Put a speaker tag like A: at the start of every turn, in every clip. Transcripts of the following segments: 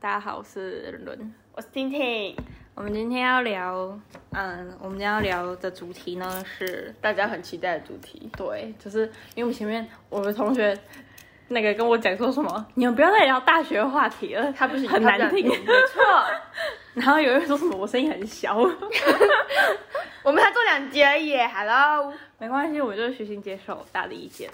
A: 大家好，我是伦伦。
B: 我是婷婷，
A: 我们今天要聊，嗯，我们今天要聊的主题呢是，
B: 大家很期待的主题。对，就是因为我们前面我们同学那个跟我讲说什么，你们不要再聊大学话题了，
A: 他不行
B: 很
A: 他
B: 难
A: 不想
B: 听。
A: 听
B: 没错， 然后有人说什么我声音很小，
A: 我们才做两集而已，Hello。
B: 没关系，我就是虚心接受大家的意见。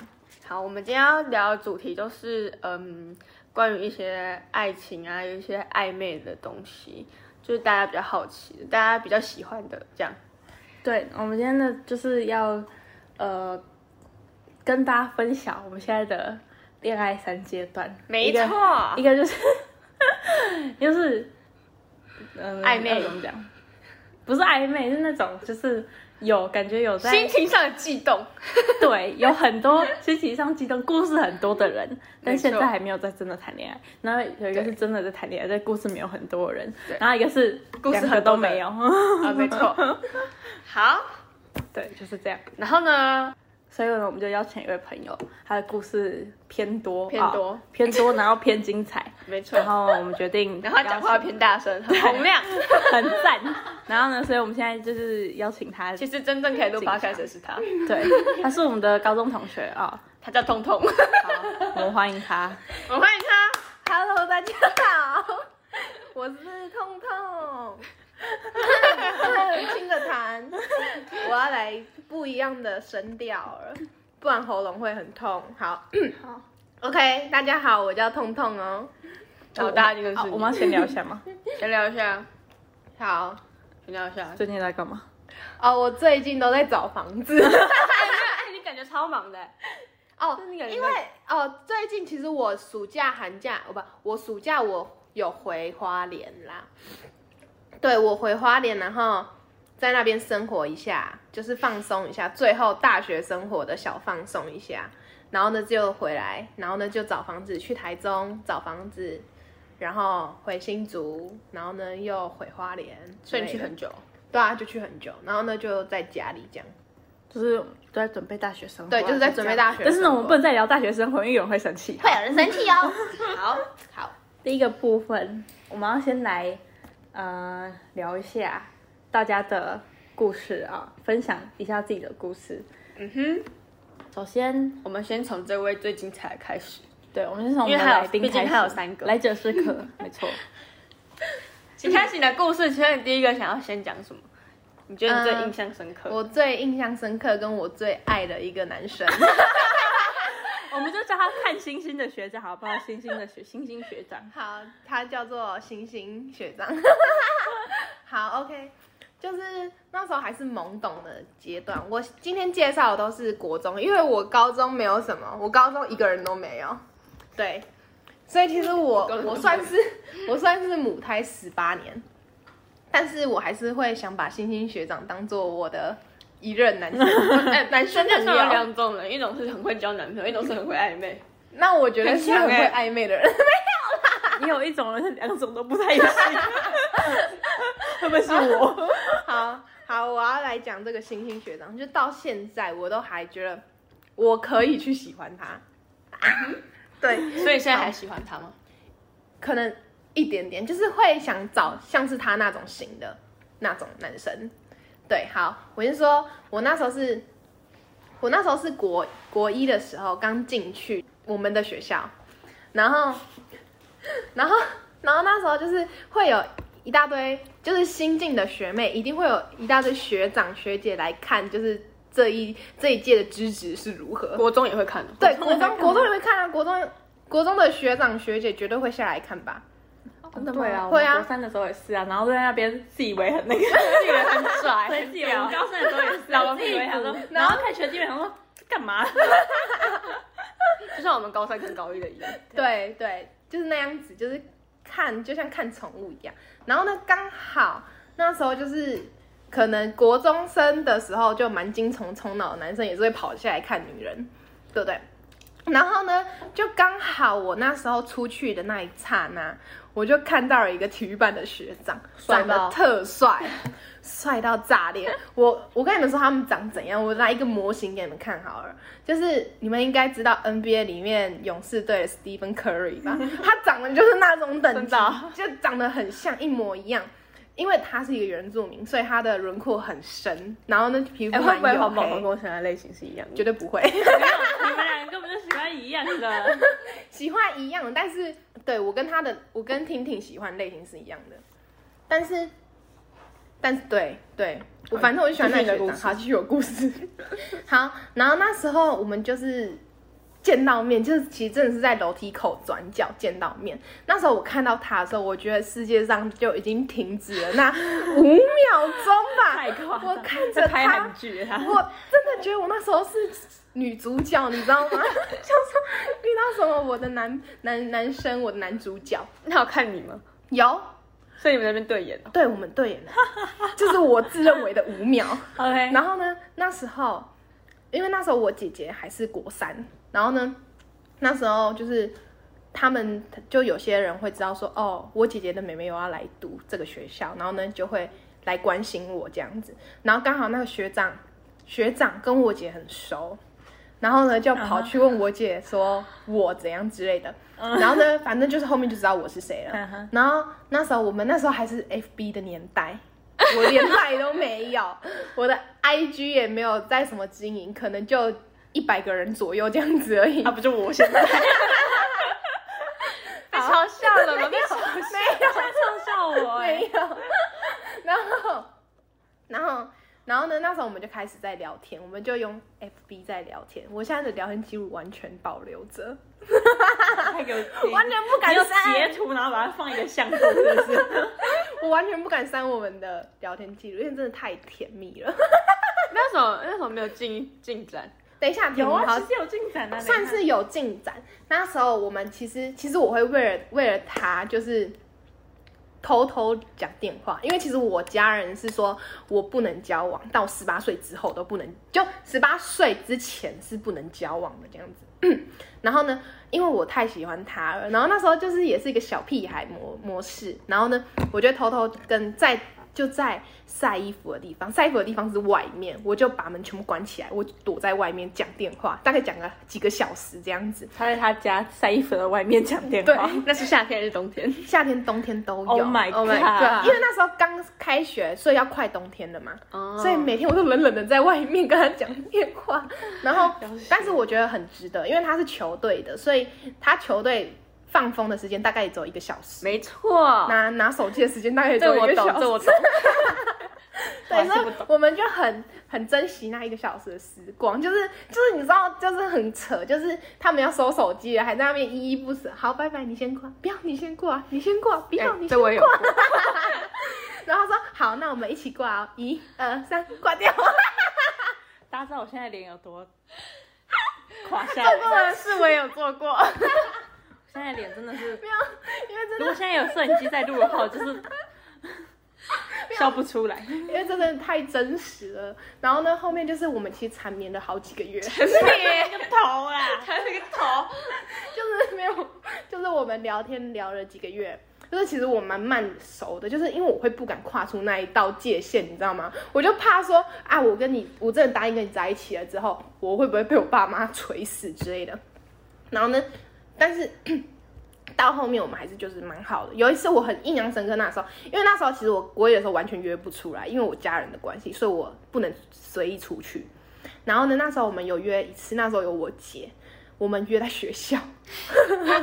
A: 好，我们今天要聊的主题就是，嗯，关于一些爱情啊，有一些暧昧的东西，就是大家比较好奇的，大家比较喜欢的这样。
B: 对，我们今天的就是要呃跟大家分享我们现在的恋爱三阶段。
A: 没
B: 一个
A: 错
B: 一个就是 就是嗯
A: 暧昧
B: 要怎么讲？不是暧昧，是那种就是有感觉有在
A: 心情上的悸动，啊
B: 对有很多心情上激动、故事很多的 人，但
A: 没错
B: 现在还没有在真的谈恋爱。然后有一个
A: 对
B: 是真的在谈恋爱，但故事没有很多的人
A: 对；
B: 然后一个是
A: 故事
B: 两个
A: 很多
B: 都
A: 的
B: 没有。
A: 啊，没错。好，
B: 对，就是这样。
A: 然后呢，
B: 所以呢，我们就邀请一位朋友，他的故事偏多，
A: 偏多
B: 哦偏多，然后偏精彩。
A: 没错
B: 然，后我们决定邀请，
A: 然后他讲话偏大声，很洪亮。
B: 很赞。然后呢，所以我们现在就是邀请他，
A: 其实真正可以录八开始是 他，
B: 对，他是我们的高中同学啊、
A: 他叫通通。
B: 哦，我们欢迎他。
A: 我欢迎他。Hello，大家好，我是痛痛。
C: 轻的弹，我要来不一样的声调了，不然喉咙会很痛。好，
A: 好
C: OK，大家好，我叫痛 痛 哦。
A: 然后大家就认识
B: 好，
A: 你
B: 我们要先聊一下吗？
A: 先聊一下，
C: 好，
A: 先聊一下。
B: 最近在干嘛？
C: 哦，我最近都在找房子。
A: 哎，你感觉超忙的，
C: 哦，
A: 真的感觉
C: 因为哦，最近其实我暑假、寒假，哦不，我暑假我有回花莲啦。对，我回花莲，然后在那边生活一下，就是放松一下，最后大学生活的小放松一下。然后呢，就回来，然后呢就找房子，去台中找房子，然后回新竹，然后呢又回花莲之
A: 所以
C: 类的，
A: 你去很久。
C: 对啊，就去很久，然后呢就在家里这样。
B: 就是都在准备大学生活，
C: 对，就是在准备大学生活。
B: 但是呢，我们不能再聊大学生活，因为有人会生气。
C: 会有人生气哦。好好，
B: 第一个部分，我们要先来呃聊一下大家的故事啊，分享一下自己的故事。嗯哼，首先，
A: 我们先从这位最精彩的开始。
B: 对，我们先从我
A: 因
B: 们的
A: 为还有
B: 来宾
A: 毕竟
B: 开始
A: 还有三个
B: 来者是客， 没错。
A: 请开始你的故事，请问你第一个想要先讲什么？你觉得你最印象深刻？
C: 嗯我最印象深刻跟我最爱的一个男生，
B: 我们就叫他看星星的学长，好不好？星星的学星星学长，
C: 好，他叫做星星 学长。好，OK，就是那时候还是懵懂的阶段。我今天介绍的都是国中，因为我高中没有什么，我高中一个人都没有。对，所以其实 我
A: 高中
C: 我算是我算是母胎十八年，但是我还是会想把星星学长当做我的一任男生 哎男生
A: 真的
C: 朋
A: 有
C: 友。
A: 两种人，一种是很会交男朋友，一种是很会暧 昧。
C: 那我觉得是很
A: 很欸
C: 会
A: 像
C: 暧昧的人，
B: 也有一种人是两种都不太行，会不会是我？
C: 好好，我要来讲这个星星学长，就到现在我都还觉得我可以去喜欢他，对，
A: 所以现在还喜欢他吗？
C: 可能一点点，就是会想找像是他那种型的那种男生。对，好，我就说，我那时候是，我那时候是国国一的时候刚进去我们的学校，然后， 然后，然后那时候就是会有一大堆，就是新进的学妹，一定会有一大堆学长学姐来看，就是这一这一届的资质是如何。
A: 国中也会看的。
C: 对，国中国中你会看啊，国中国中的学长学姐绝对会下来看吧。
B: 真的会啊，
C: 会啊
B: 我们国三的时候也是啊，然后在那边自以为很那个。
A: 自己很 拽，
B: 很久，
A: 啊
B: 我高三的时候也是，
A: 老
B: 我自以为想说，然后看学弟妹想说干嘛？
A: 就像我们高三跟高一的一样。
C: 对对，就是那样子，就是看就像看宠物一样。然后呢，刚好那时候就是可能国中生的时候就蛮精虫充脑的男生也是会跑下来看女人，对不对？然后呢，就刚好我那时候出去的那一刹那，我就看到了一个体育班的学长，
B: 帅
C: 长得
B: 爆
C: 特帅， 帅到炸裂。我我跟你们说他们长怎样，我拿一个模型给你们看好了，就是你们应该知道 NBA 里面勇士队的 Stephen Curry 吧， 他长得就是那种等级
A: 真的哦，
C: 就长得很像，一模一样。因为他是一个原住民，所以他的轮廓很深，然后呢皮肤
A: 哎、
C: 蛮
A: 会不会
C: 黝
A: 黄宝宝
C: 黑
A: 跟我想的类型是一样的？
C: 绝对不会。
B: 你们俩根本就喜欢一样的。
C: 喜欢一样，但是对我跟他的，我跟婷婷喜欢类型是一样的，但是，但是对对，我反正我就喜欢那个
A: 继续你的故
C: 学长，
A: 事
C: 好，继续有故事。 好，然后那时候我们就是见到面，就是其实真的是在楼梯口转角见到面。那时候我看到他的时候，我觉得世界上就已经停止了那五秒钟吧，
B: 太夸张
C: 我看着
B: 拍
C: 他
B: 韩。剧啊，
C: 我真的觉得我那时候是女主角，你知道吗？ 想说遇到什么我的男男男生，我的男主角
A: 那我看你吗？
C: 有
A: 所以你们在那边对眼哦。
C: 对我们对眼了，就是我自认为的五秒。
B: OK，
C: 然后呢，那时候因为那时候我姐姐还是国三，然后呢，那时候就是他们就有些人会知道说，哦，我姐姐的妹妹有要来读这个学校，然后呢就会来关心我这样子。然后刚好那个学长学长跟我姐很熟，然后呢就跑去问我姐说我怎样之类的。然后呢，反正就是后面就知道我是谁了。
B: 嗯哼
C: 然后那时候我们那时候还是 FB 的年代，我连赖都没有， 我的 IG 也没有在什么经营，可能就一百个人左右这样子而已。
A: 啊，不就我 现在被嘲笑了吗？被嘲
C: 没有，
B: 嘲笑我哎
C: 没，有。 然后，然后，然后呢？那时候我们就开始在聊天，我们就用 FB 在聊天。我现在的聊天记录完全保留着，
B: 太给我听
C: 完全不
B: 你
C: 敢
B: 要
C: 删，
B: 截图，然后把它放一个相簿，是不是？
C: 我完全不敢删我们的聊天记录，因为真的太甜蜜了。
A: 那时候那时候没有进进展，
C: 等一下，
B: 有
C: 停好
B: 啊，其实有进展的，
C: 算是有进展。那时候我们其实，其实我会为了为了他，就是偷偷讲电话，因为其实我家人是说我不能交往，到十八岁之后都不能，就十八岁之前是不能交往的这样子。然后呢，因为我太喜欢他了，然后那时候就是也是一个小屁孩模模式，然后呢，我就偷偷跟在就在晒衣服的地方，晒衣服的地方是外面，我就把门全部关起来，我躲在外面讲电话，大概讲了几个小时这样子。
B: 他在他家晒衣服的外面讲电
C: 对
B: 话。
A: 那是夏天还是冬天？
C: 夏天、冬天都有。
B: Oh my
A: Oh my
B: god！
A: god
C: 因为那时候刚开学，所以要快冬天了嘛。
A: 哦
C: 所以每天我都冷冷的在外面跟他讲电话，然后
B: 了解，
C: 但是我觉得很值得，因为他是球队的，所以他球队放风的时间大概也只有一个小时，
A: 没错，
C: 拿拿手机的时间大概也只
A: 这
C: 有
A: 哦我
C: 一个
A: 懂，
C: 小时
A: 这。我懂。
C: 对，
A: 我还
C: 所
A: 是
C: 以
A: 不懂
C: 我们就很很珍惜那一个小时的时光，就是就是你知道，就是很扯，就是他们要收手机了，还在那边依依不舍。好，拜拜，你先挂，不要你先挂，你先挂，不要、
A: 哎
C: 你先
A: 这我
C: 挂
A: 也。有过，
C: 然后他说好，那我们一起挂哦，一二三，挂掉。
B: 大家知道我现在脸有多垮下
A: 这
B: 来？
A: 个是我也有做过。
B: 现在脸真的是，
C: 没有，因为
B: 如
C: 真的
B: 果现在有摄影机在录的话，我就是笑不出来。
C: 因为真的太真实了。然后呢，后面就是我们其实缠绵了好几个月，
A: 是你，
B: 个头啊！
A: 他那个头，
C: 就是没有，就是我们聊天聊了几个月，就是其实我蛮慢熟的，就是因为我会不敢跨出那一道界限，你知道吗？我就怕说啊，我跟你，我真的答应跟你在一起了之后，我会不会被我爸妈锤死之类的？然后呢，但是 到后面我们还是就是蛮好的。有一次我很印象深刻，那时候因为那时候其实我国一的时候完全约不出来，因为我家人的关系，所以我不能随意出去。然后呢，那时候我们有约一次，那时候有我姐，我们约在学校，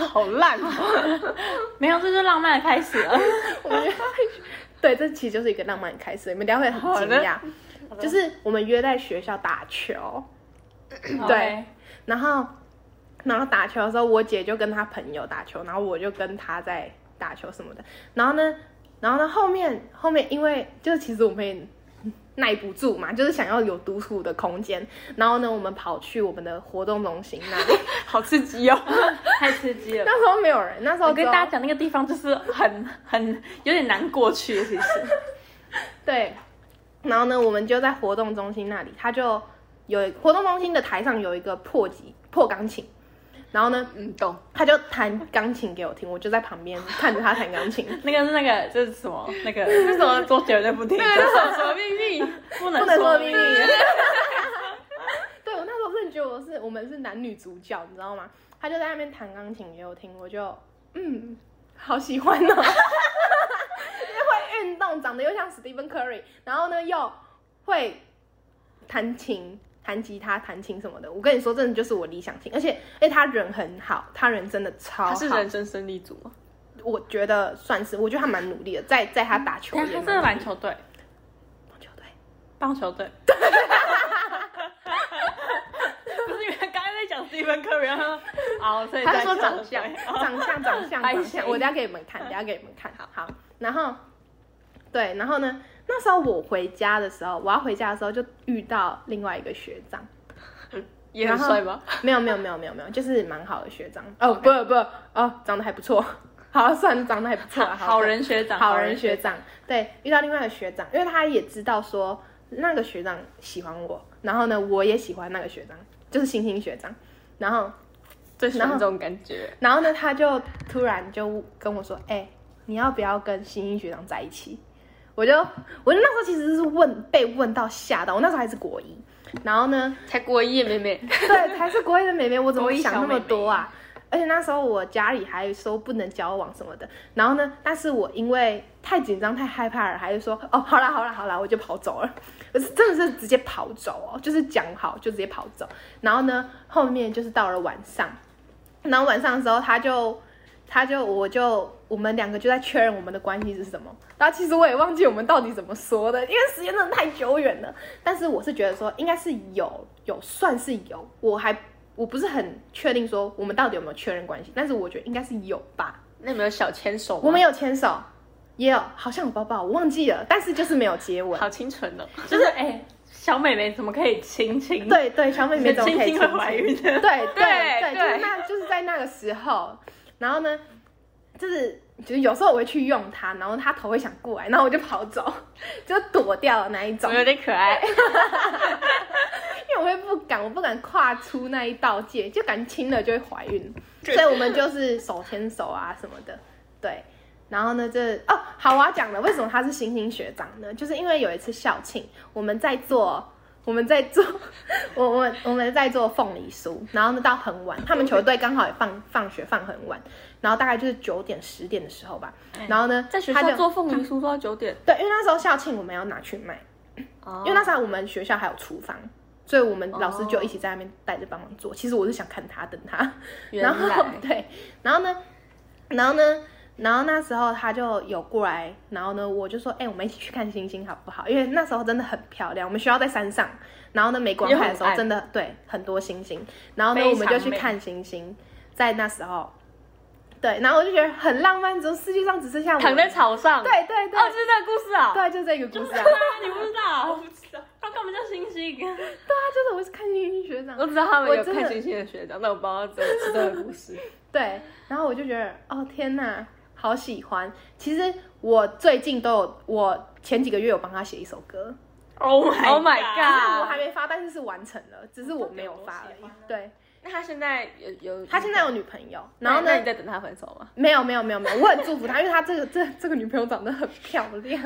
A: 好烂哦。
B: 没有，这就是浪漫的开始了。
C: 我们约在学 对，这其实就是一个浪漫的开始，你们等一下会
A: 好
C: 很惊
A: 的
C: 讶。就是我们约在学校打球，
B: OK，
C: 然后然后打球的时候，我姐就跟她朋友打球，然后我就跟她在打球什么的。然后呢，然后呢，后面后面因为就是其实我们也耐不住嘛，就是想要有独处的空间。然后呢，我们跑去我们的活动中心那里，
A: 好刺激哦！
B: 太刺激了。
C: 那时候没有人，那时候
B: 我跟
C: 只有
B: 大家讲，那个地方就是很很有点难过去，其实。
C: 对，然后呢，我们就在活动中心那里，他就有活动中心的台上有一个破吉破钢琴，然后呢，
A: 嗯，懂。
C: 他就弹钢琴给我听，我就在旁边看着他弹钢琴。
B: 那个是那个，这是什么？那个这是什么？多绝对不听，
A: 那个是什么什么秘密？
B: 不
C: 不
B: 能
C: 能说
B: 说
C: 的秘密。 对我那时候真的觉得我是我们是男女主角，你知道吗？他就在那边弹钢琴给我听，我就嗯，好喜欢哦，因为 会运动，长得又像史蒂芬·科瑞，然后呢又会弹琴。弹吉他、弹琴什么的，我跟你说，真的就是我理想型，而且，哎，他人很好，他人真的超好。
A: 他是人生胜利组吗？
C: 我觉得算是，我觉得他蛮努力的，在在他打球
B: 他
C: 也
B: 是
C: 蛮
B: 个篮
C: 努力
B: 球队，
C: 棒球队，
B: 棒球队。不是，因为刚刚在讲 Stephen Curry，然后哦，所以
C: 他
B: 在
C: 说
B: 讲
C: 长相，
B: 哦
C: 长相，长相，
B: 还
C: 长
B: 行
C: 相，我等下给你们看，等下给你们看，好好。然后，对，然后呢？那时候我回家的时候，我要回家的时候就遇到另外一个学长，
A: 也很
C: 然后
A: 帅吗？
C: 没有没有没有没有没有，就是蛮好的学长哦，不不哦，长得还不错， 好，算了，长得还不错啊，
B: 好
C: 对
B: 人学长，
C: 好人学长，对，遇到另外一个学长，因为他也知道说那个学长喜欢我，然后呢，我也喜欢那个学长，就是星星学长，然后
A: 最喜欢
C: 然
A: 这
C: 后
A: 种感觉。
C: 然后呢，他就突然就跟我说：“哎、你要不要跟新一学长在一起？”我就我就那时候其实是问被问到吓到，我那时候还是国一，然后呢，
A: 才国一耶，妹妹。
C: 对，还是国一的妹妹，我怎么
B: 国一小
C: 想那么
B: 妹妹
C: 多啊？而且那时候我家里还说不能交往什么的，然后呢，但是我因为太紧张太害怕了，还是说哦，好啦好啦好啦，我就跑走了， 我是真的是直接跑走哦，就是讲好就直接跑走。然后呢，后面就是到了晚上，然后晚上的时候他就他就我就我们两个就在确认我们的关系是什么。然后其实我也忘记我们到底怎么说的，因为时间真的太久远了。但是我是觉得说应该是有有算是有，我还我不是很确定说我们到底有没有确认关系，但是我觉得应该是有吧。
A: 那你们有小牵手吗？
C: 我们有牵手，也有好像有抱抱，我忘记了，但是就是没有接吻。
A: 好清纯哦。
B: 就是哎，小美眉怎么可以亲亲？，
C: 对对，小妹妹怎么
B: 亲
C: 可以
B: 亲会怀孕的。
C: 对对
A: 对
C: 对，就是那，就是在那个时候，然后呢，就是就是有时候我会去用它，然后它头会想过来，然后我就跑走，就躲掉的那一
A: 怎
C: 种，
A: 么
C: 因
A: 有点可爱？
C: 为我会不敢，我不敢跨出那一道界，就感觉亲了就会 怀孕，所以我们就是手牵手啊什么的，对。然后呢，这哦，好，我要讲了，为什么他是星星学长呢？就是因为有一次校庆，我们在做，我们在做， 我我们我们在做凤梨酥，然后呢到很晚，他们球队刚好也放放学放很晚，然后大概就是九点十点的时候吧，然后呢，
A: 哎在学
C: 他
A: 校
C: 就
A: 做凤梨酥做到九点，
C: 对，因为那时候校庆我们要拿去卖，
A: 哦
C: 因为那时候我们学校还有厨房，所以我们老师就一起在那边带着帮忙做。其实我是想看他等他，
A: 原
C: 然后
A: 来
C: 对，然后呢，然后呢，然后那时候他就有过来，然后呢，我就说，哎、我们一起去看星星好不好？因为那时候真的很漂亮，我们学校在山上，然后呢，美光
A: 又很
C: 派的时候
A: 暗
C: 真的对很多星星，然后呢，
B: 非
C: 我们就
B: 常
C: 去
B: 美
C: 看星星，在那时候。对，然后我就觉得很浪漫，怎么世界上只剩下我？
B: 躺在草上。
C: 对对对、
B: 哦，这是那个故事啊。
C: 对，就这个故事 啊。
B: 啊，你不知道？我不知道。他干嘛叫星星？
C: 他啊就是我是看星星学 长
A: 我，只知道他们有
C: 我真的
A: 看星星的学长，但我不知道怎么知道的故事。
C: 对，然后我就觉得，哦天哪，好喜欢。其实我最近都有，我前几个月有帮他写一首歌，
B: Oh my
A: Oh my god
C: 但是我还没发，但是是完成了，只是我没有发
A: 哦
C: 而
B: 这个我喜欢啊
C: 已。对
A: 那他现在有有？
C: 他现在有女朋友，
A: 那，
C: 然后
A: 那
C: 呢
A: 你，在等他分手吗？
C: 没有没有没有没有，我很祝福他，因为他这个这这个女朋友长得很漂亮，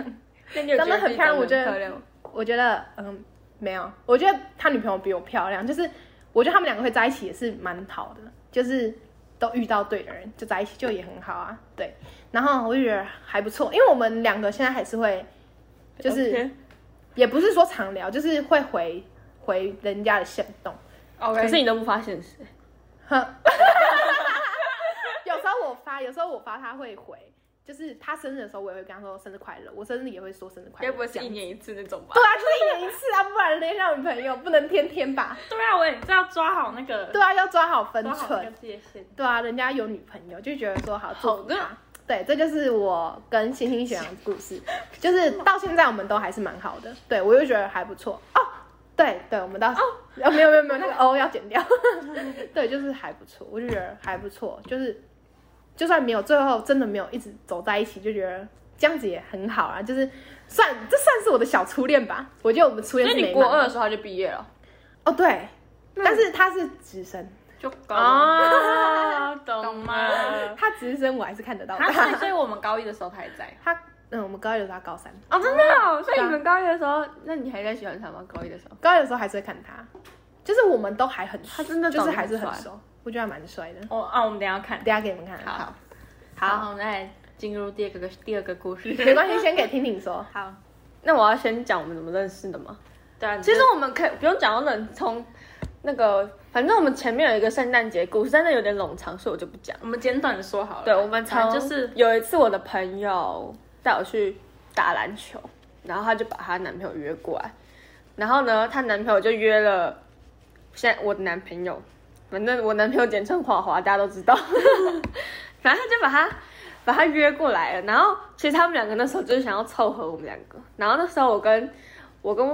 A: 那你有
C: 长得
A: 觉
C: 很
A: 自己
C: 漂亮
A: 长
C: 我觉得
A: 很漂亮吗
C: 我觉得嗯没有，我觉得他女朋友比我漂亮，就是我觉得他们两个会在一起也是蛮好的，就是都遇到对的人就在一起就也很好啊，对。然后我就觉得还不错，因为我们两个现在还是会，就是。
A: OK
C: 也不是说常聊，就是会回回人家的线动。
A: 可是你都不发现实，
C: 有时候我发，有时候我发他会回，就是他生日的时候我也会跟他说生日快乐，我生日也会说生日快
A: 该
C: 乐。
A: 不会
C: 这
A: 是
C: 样
A: 一年一次那种吧？
C: 对啊，就是一年一次啊，不然人家女朋友不能天天吧？
B: 对啊，我也知道抓好那个，
C: 对啊，要抓好分
B: 抓好那个
C: 寸。
B: 界限。
C: 对啊，人家有女朋友就觉得说好
A: 好
C: 祝福
A: 的
C: 他。对，这就是我跟星星学长的故事， 就是到现在我们都还是蛮好的。对我就觉得还不错哦。对对，我们到哦，没有没有没有，那个哦要剪掉。 对，就是还不错，我就觉得还不错，就是就算没有最后真的没有一直走在一起，就觉得这样子也很好啊。就是算这算是我的小初恋吧，我觉得我们初恋
A: 所
C: 是
A: 以你
C: 美
A: 国
C: 满
A: 二
C: 的
A: 的时候他就毕业了，
C: 哦，对，但是他是直升，
A: 就高了，
B: 哦，懂吗？
C: 他直升我还是看得到
B: 啊，
C: 的。
B: 所以所以我们高一的时候他还在，
C: 他，嗯，我们高一的时候他高三，
A: 哦，真的哦。所以你们高一的时候，那你还在喜欢他吗？高一的时候，
C: 高一的时候还是会看他，就是我们都还很熟，
A: 他真的
C: 就
A: 长
C: 是
A: 得
C: 还是
A: 很
C: 很
A: 帅
C: 熟，我觉得还蛮帅的。
B: 哦啊，我们等一下看
C: 等一。下给你们看，啊
B: 好
C: 好，
B: 好，我们再来进入第二个第二个故事。
C: 没关系，先给听听说。
B: 好，
A: 那我要先讲我们怎么认识的吗？
B: 对啊，
A: 其实我们可以不用讲到冷，从那个，反正我们前面有一个圣诞节故事，但那有点冗长，所以我就不讲。
B: 我们简短的说好了。
A: 对，我们
B: 反
A: 从
B: 正就是
A: 有一次我的朋友带我去打篮球，然后她就把她男朋友约过来，然后呢，她男朋友就约了现在我的男朋友，反正我男朋友简称华华，大家都知道， 反正她就把他把他约过来了，然后其实他们两个那时候就是想要凑合我们两个，然后那时候我跟我跟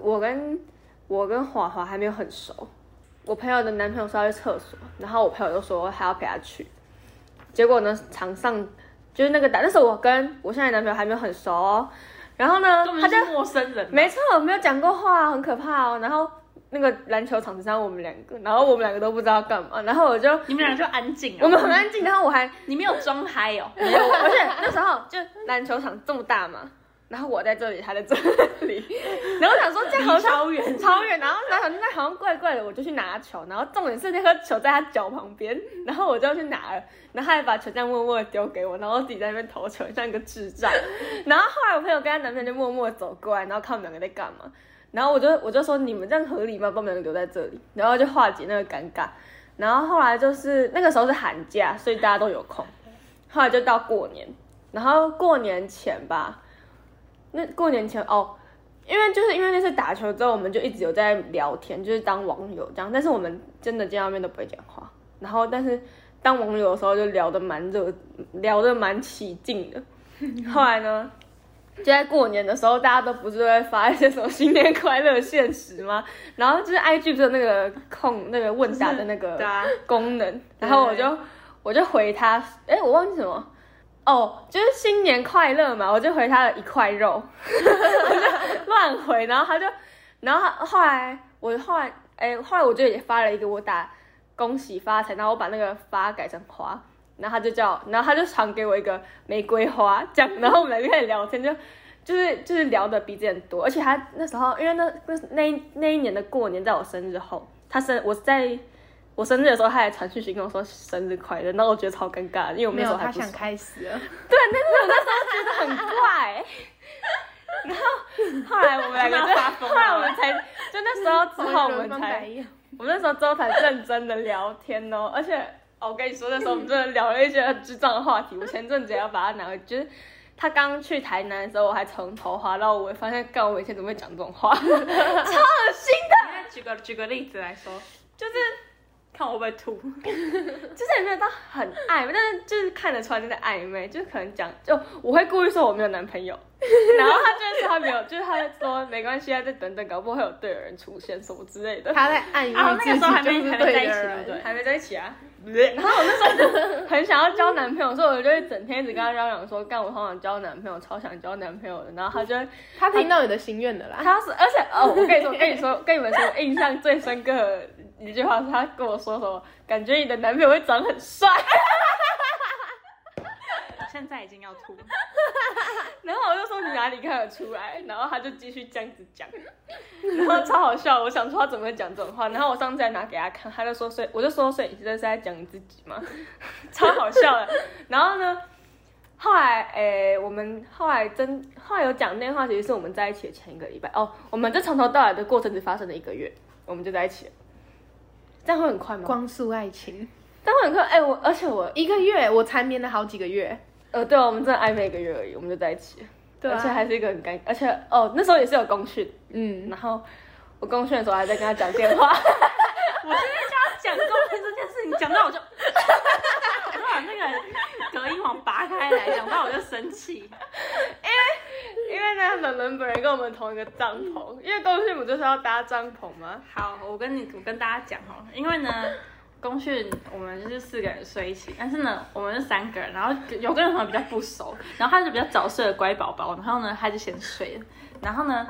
A: 我跟我跟华华还没有很熟。我朋友的男朋友说要去厕所，然后我朋友就说他要陪他去，结果呢，场上就是那个打，那时候我跟我现在的男朋友还没有很熟、哦，然后呢，
B: 根
A: 他
B: 本
A: 就
B: 就是陌生人嘛。
A: 没错，没有讲过话，很可怕哦。然后那个篮球场上我们两个，然后我们两个都不知道干嘛，然后我就
B: 你们俩就安静啊。
A: 我们很安静，然后我还
B: 你没有装嗨 哦。
A: 没有，而且那时候就篮球场这么大嘛，然后我在这里，他在这里，然后我想说这样好像
B: 超远
A: 超远，然后然后想说那好像怪怪的，我就去拿球，然后重点是那颗球在他脚旁边，
B: 嗯
A: 然后我就去拿了，然后他还把球这样默默的丢给我，然后我自己在那边投球，像一个智障。然后后来我朋友跟她男朋友就默默地走过来，然后看我们两个在干嘛，然后我就我就说你们这样合理吗？把我们两个留在这里，然后就化解那个尴尬。然后后来就是那个时候是寒假，所以大家都有空。后来就到过年，然后过年前吧，那过年前哦，因为就是因为那次打球之后，我们就一直有在聊天，就是当网友这样，但是我们真的见到面都不会讲话。然后但是当网友的时候就聊得蛮热，聊得蛮起劲的。后来呢，就在过年的时候，大家都不是会发一些什么新年快乐现实吗？然后就是 IG 就有那个空那个问答的那个
B: 对啊，
A: 功能，然后我就我就回他，哎、我忘记什么，哦，就是新年快乐嘛，我就回他了一块肉，我就乱回，然后他就，然后他后来我后来，哎、后来我就也发了一个我打恭喜发财，然后我把那个发改成花。然后他就叫，然后他就传给我一个玫瑰花，这样，然后我们俩就开始聊天，就就是就是聊的比之前多，而且他那时候因为那那那一那一年的过年在我生日后，他生我在我生日的时候，他还传讯息跟我说生日快乐，然后我觉得超尴尬的，因为我们
C: 没
A: 那时
C: 有，
A: 候还
C: 他
A: 不熟
C: 想开始了。
A: 真的 很怪。然后后来我们两个
B: 真的
A: 就，
B: 发疯了
A: 后来我们才就那时候之后我
C: 有人
A: 们
C: 翻白
A: 才，
C: 眼
A: 我们那时候之后才认真的聊天哦， 而且、哦我跟你说那时候我们真的聊了一些很智障的话题，我前阵子也要把它拿回，就是他刚去台南的时候，我还从头滑到尾，发现干我以前怎么会讲这种话，超恶心的。
B: 那举个举个例子来说，
A: 就是
B: 看我会不会吐。
A: 就是也没有到很暧昧，但是就是看得出来就在暧昧，就是可能讲就我会故意说我没有男朋友， 然后他就是他没有，就是他就说没关系啊，再等等，搞不好会有对的人出现什么之类的。
C: 他在暗喻
B: 啊那个
C: 自己
B: 时候还没还
C: 就是
B: 没在
C: 对
B: 一起
C: 的
B: 对不对
C: 人。
A: 还没在一起啊。 然后我那时候就很想要交男朋友，所以我就会整天一直跟他嚷嚷说，干我好想交男朋友，超想交男朋友的。然后他就会
C: 他听到你的心愿的啦。
A: 他是，而且哦，我跟你说，我跟你说，跟你们说，我印象最深刻的一句话是他跟我说什么，感觉你的男朋友会长很帅。
B: 我 现在已经要吐。
A: 然后我就说你哪里看得出来，然后他就继续这样子讲，然后超好笑。我想说他怎么会讲这种话，然后我上次还拿给他看，他就说所以我就说所以你这是在讲你自己吗？ 超好笑的。然后呢，后来诶、我们后来真后来有讲那话，其实是我们在一起的前一个礼拜哦，我们这从头到尾的过程只发生了一个月，我们就在一起了。这样会很快吗？
C: 光速爱情，
A: 这样会很快。哎、我而且我
C: 一个月我缠绵了好几个月，
A: 呃，对、啊，我们真的暧昧一个月而已，我们就在一起了。
C: 对啊
A: 而且还是一个很尴，而且哦，那时候也是有公讯，
C: 嗯，
A: 然后我公训的时候还在跟他讲电话，
B: 我现在就要 讲公分这件事情，讲到 我就，我就把那个隔音网拔开来，讲到我就生气。
A: 因为呢，冷冷本人跟我们同一个帐篷，因为公训不就是要搭帐篷吗？
B: 好，我跟你我跟大家讲哦，因为呢。公训我们就是四个人睡一起，但是呢，我们是三个人，然后有个人可能比较不熟，然后他是比较早睡的乖宝宝，然后呢他就先睡了，然后呢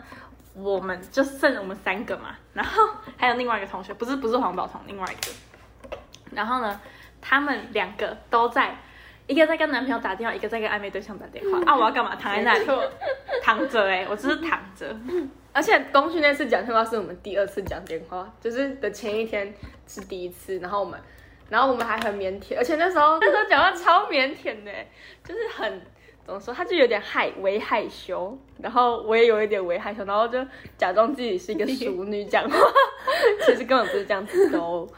B: 我们就剩我们三个嘛，然后还有另外一个同学，不是不是环保同，另外一个，然后呢，他们两个都在，一个在跟男朋友打电话，一个在跟暧昧对象打电话。啊，我要干嘛？躺在那 里，躺着哎、我只是躺着。
A: 而且公训那次讲电话是我们第二次讲电话，就是的前一天是第一次，然后我们，然后我们还很腼腆，而且那时 候那时候讲话超腼腆的，欸就是很怎么说，他就有点害微害羞，然后我也有一点微害羞，然后就假装自己是一个熟女讲话， 其实根本不是这样子的哦。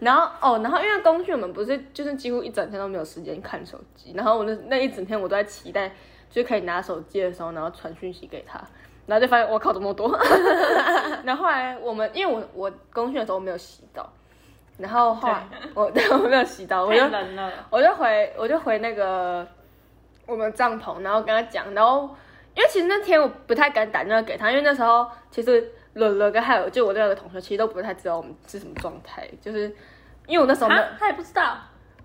A: 然后哦，然后因为公训我们不是就是几乎一整天都没有时间看手机，然后我那那一整天我都在期待，就是可以拿手机的时候，然后传讯息给他。然后就发现我靠这么多， 然后后来我们因为我我公训的时候我没有洗澡，然后后来我 对我没有洗澡，我
B: 太
A: 就
B: 冷了，
A: 我就回我就回那个我们帐篷，然后跟他讲，然后因为其实那天我不太敢打电话给他，因为那时候其实伦伦跟还有就我另外一个同学其实都不太知道我们是什么状态，就是因为我那时候没有
B: 啊，他也不知道，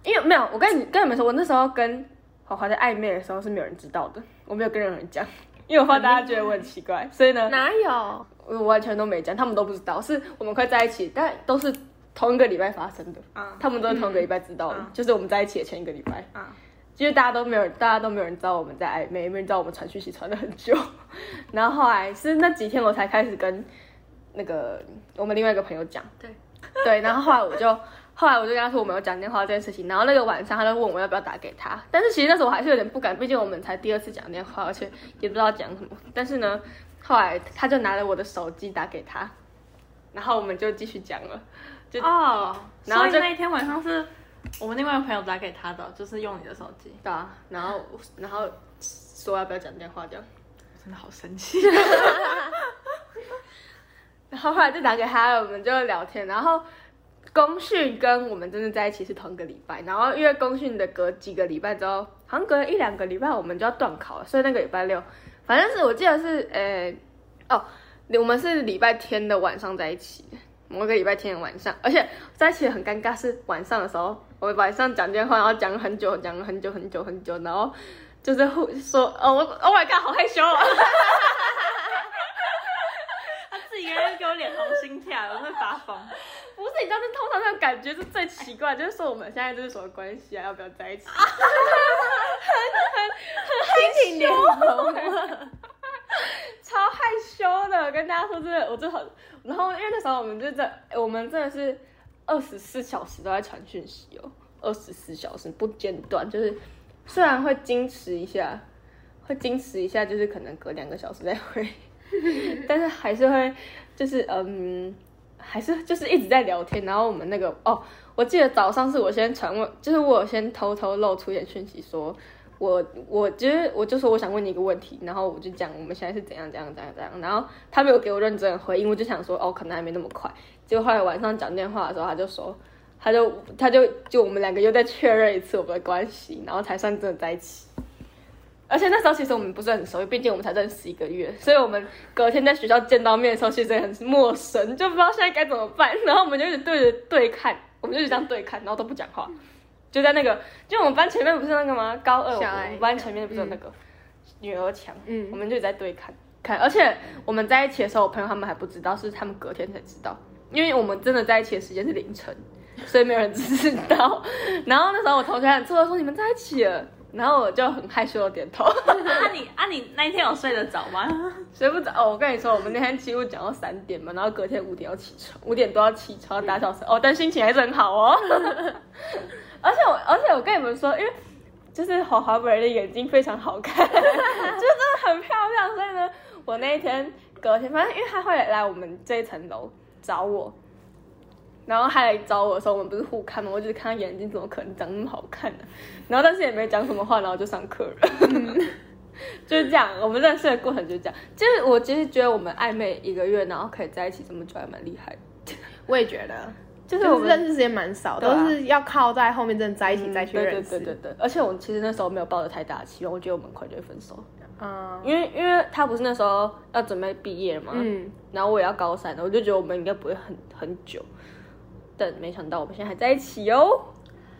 A: 因为没有，我跟你跟你们说，我那时候跟华华在暧昧的时候是没有人知道的，我没有跟任何人讲，因为我怕大家觉得我很奇 怪，所以呢，
C: 哪有？
A: 我完全都没讲，他们都不知道，是我们快在一起，但都是同一个礼拜发生的，
B: 嗯
A: 他们都是同一个礼拜知道的，
B: 嗯
A: 就是我们在一起的前一个礼拜，
B: 啊，
A: 就是大家都没有，大家都没有人知道我们在暧昧，没人知道我们传讯息传了很久，然后后来是那几天我才开始跟那个我们另外一个朋友讲，
B: 对，
A: 对，然后后来我就。后来我就跟他说我没有讲电话这件事情，然后那个晚上他就问我要不要打给他，但是其实那时候我还是有点不敢，毕竟我们才第二次讲电话，而且也不知道讲什么。但是呢，后来他就拿了我的手机打给他，然后我们就继续讲了。就
B: 哦，
A: 然后
B: 所以
A: 就
B: 那一天晚上是我们另外一个朋友打给他的，就是用你的手机，
A: 对啊，然后然后说要不要讲电话这样，
B: 我 真的好生气。
A: 然后后来就打给他了，我们就聊天，然后。公训跟我们真的在一起是同一个礼拜，然后因为公训的隔几个礼拜之后，好像隔了一两个礼拜我们就要断考了，所以那个礼拜六，反正是我记得是呃、哦，我们是礼拜天的晚上在一起，某个礼拜天的晚上，而且在一起很尴尬，是晚上的时候，我们晚上讲电话，然后讲了很久，讲了很久很久很久，然后就是互说哦，我 Oh my God，好害羞哦。
B: 他自己一个人给我脸红心跳，我会发疯。
A: 不是，你知道，这通常那种感觉是最奇怪，就是说我们现在这是什么关系啊？要不要在一起？
C: 心情脸红，
A: 超害羞的，跟大家说真的，我真的好。然后因为那时候我们就在，我们真的是二十四小时都在传讯息哦，二十四小时不间断，就是虽然会矜持一下，会矜持一下，就是可能隔两个小时再回， 但是还是会，就是嗯，还是就是一直在聊天。然后我们那个哦，我记得早上是我先传问，就是我有先偷偷露出一点讯息说。我我就是我就说我想问你一个问题，然后我就讲我们现在是怎样怎样怎样怎样，然后他没有给我认真的回应，我就想说哦可能还没那么快，结果后来晚上讲电话的时候他就说他就他就就我们两个又再确认一次我们的关系，然后才算真的在一起。而且那时候其实我们不是很熟，毕竟我们才认识一个月，所以我们隔天在学校见到面的时候其实也很陌生，就不知道现在该怎么办。然后我们就一直对着对看，我们就一直这样对看，然后都不讲话，就在那个就我们班前面不是那个吗？高二我
C: 小矮
A: 们班前面不是有那个女儿墙，
C: 嗯
A: 我们就一直在对看看。而且我们在一起的时候，我朋友他们还不知道，是他们隔天才知道，因为我们真的在一起的时间是凌晨。所以没有人知道。 然后那时候我同学还很错愕说你们在一起了，然后我就很害羞的点头，
B: 啊你啊你那一天有睡得着吗？
A: 睡不着。哦，我跟你说，我们那天几乎讲到三点嘛，然后隔天五点要起床，五点多要起床打扫扫。哦，但心情还是很好哦。而且我，而且我跟你们说，因为。就是华华本人的眼睛非常好看，就是真的很漂亮。所以呢，我那一天隔天，反正因为他会来我们这一层楼找我，然后他来找我的时候，我们不是互看吗？我就是看他眼睛怎么可能长那么好看呢、然后但是也没讲什么话，然后就上课了。就是这样，我们认识的过程就是这样。就是我其实觉得我们暧昧一个月，然后可以在一起这么久，还蛮厉害的。
C: 我也觉得，
A: 就
C: 就是
A: 我
C: 是
A: 们
C: 认识时间蛮少，嗯
A: 对啊
C: 都是要靠在后面真的在一起再去
A: 嗯对对
C: 认识。
A: 对对对，而且我们其实那时候没有抱着太大的期望，我觉得我们很快就会分手，
C: 嗯
A: 因为因为他不是那时候要准备毕业嘛，
C: 嗯，
A: 然后我也要高三了，我就觉得我们应该不会很很久，但没想到我们现在还在一起哟。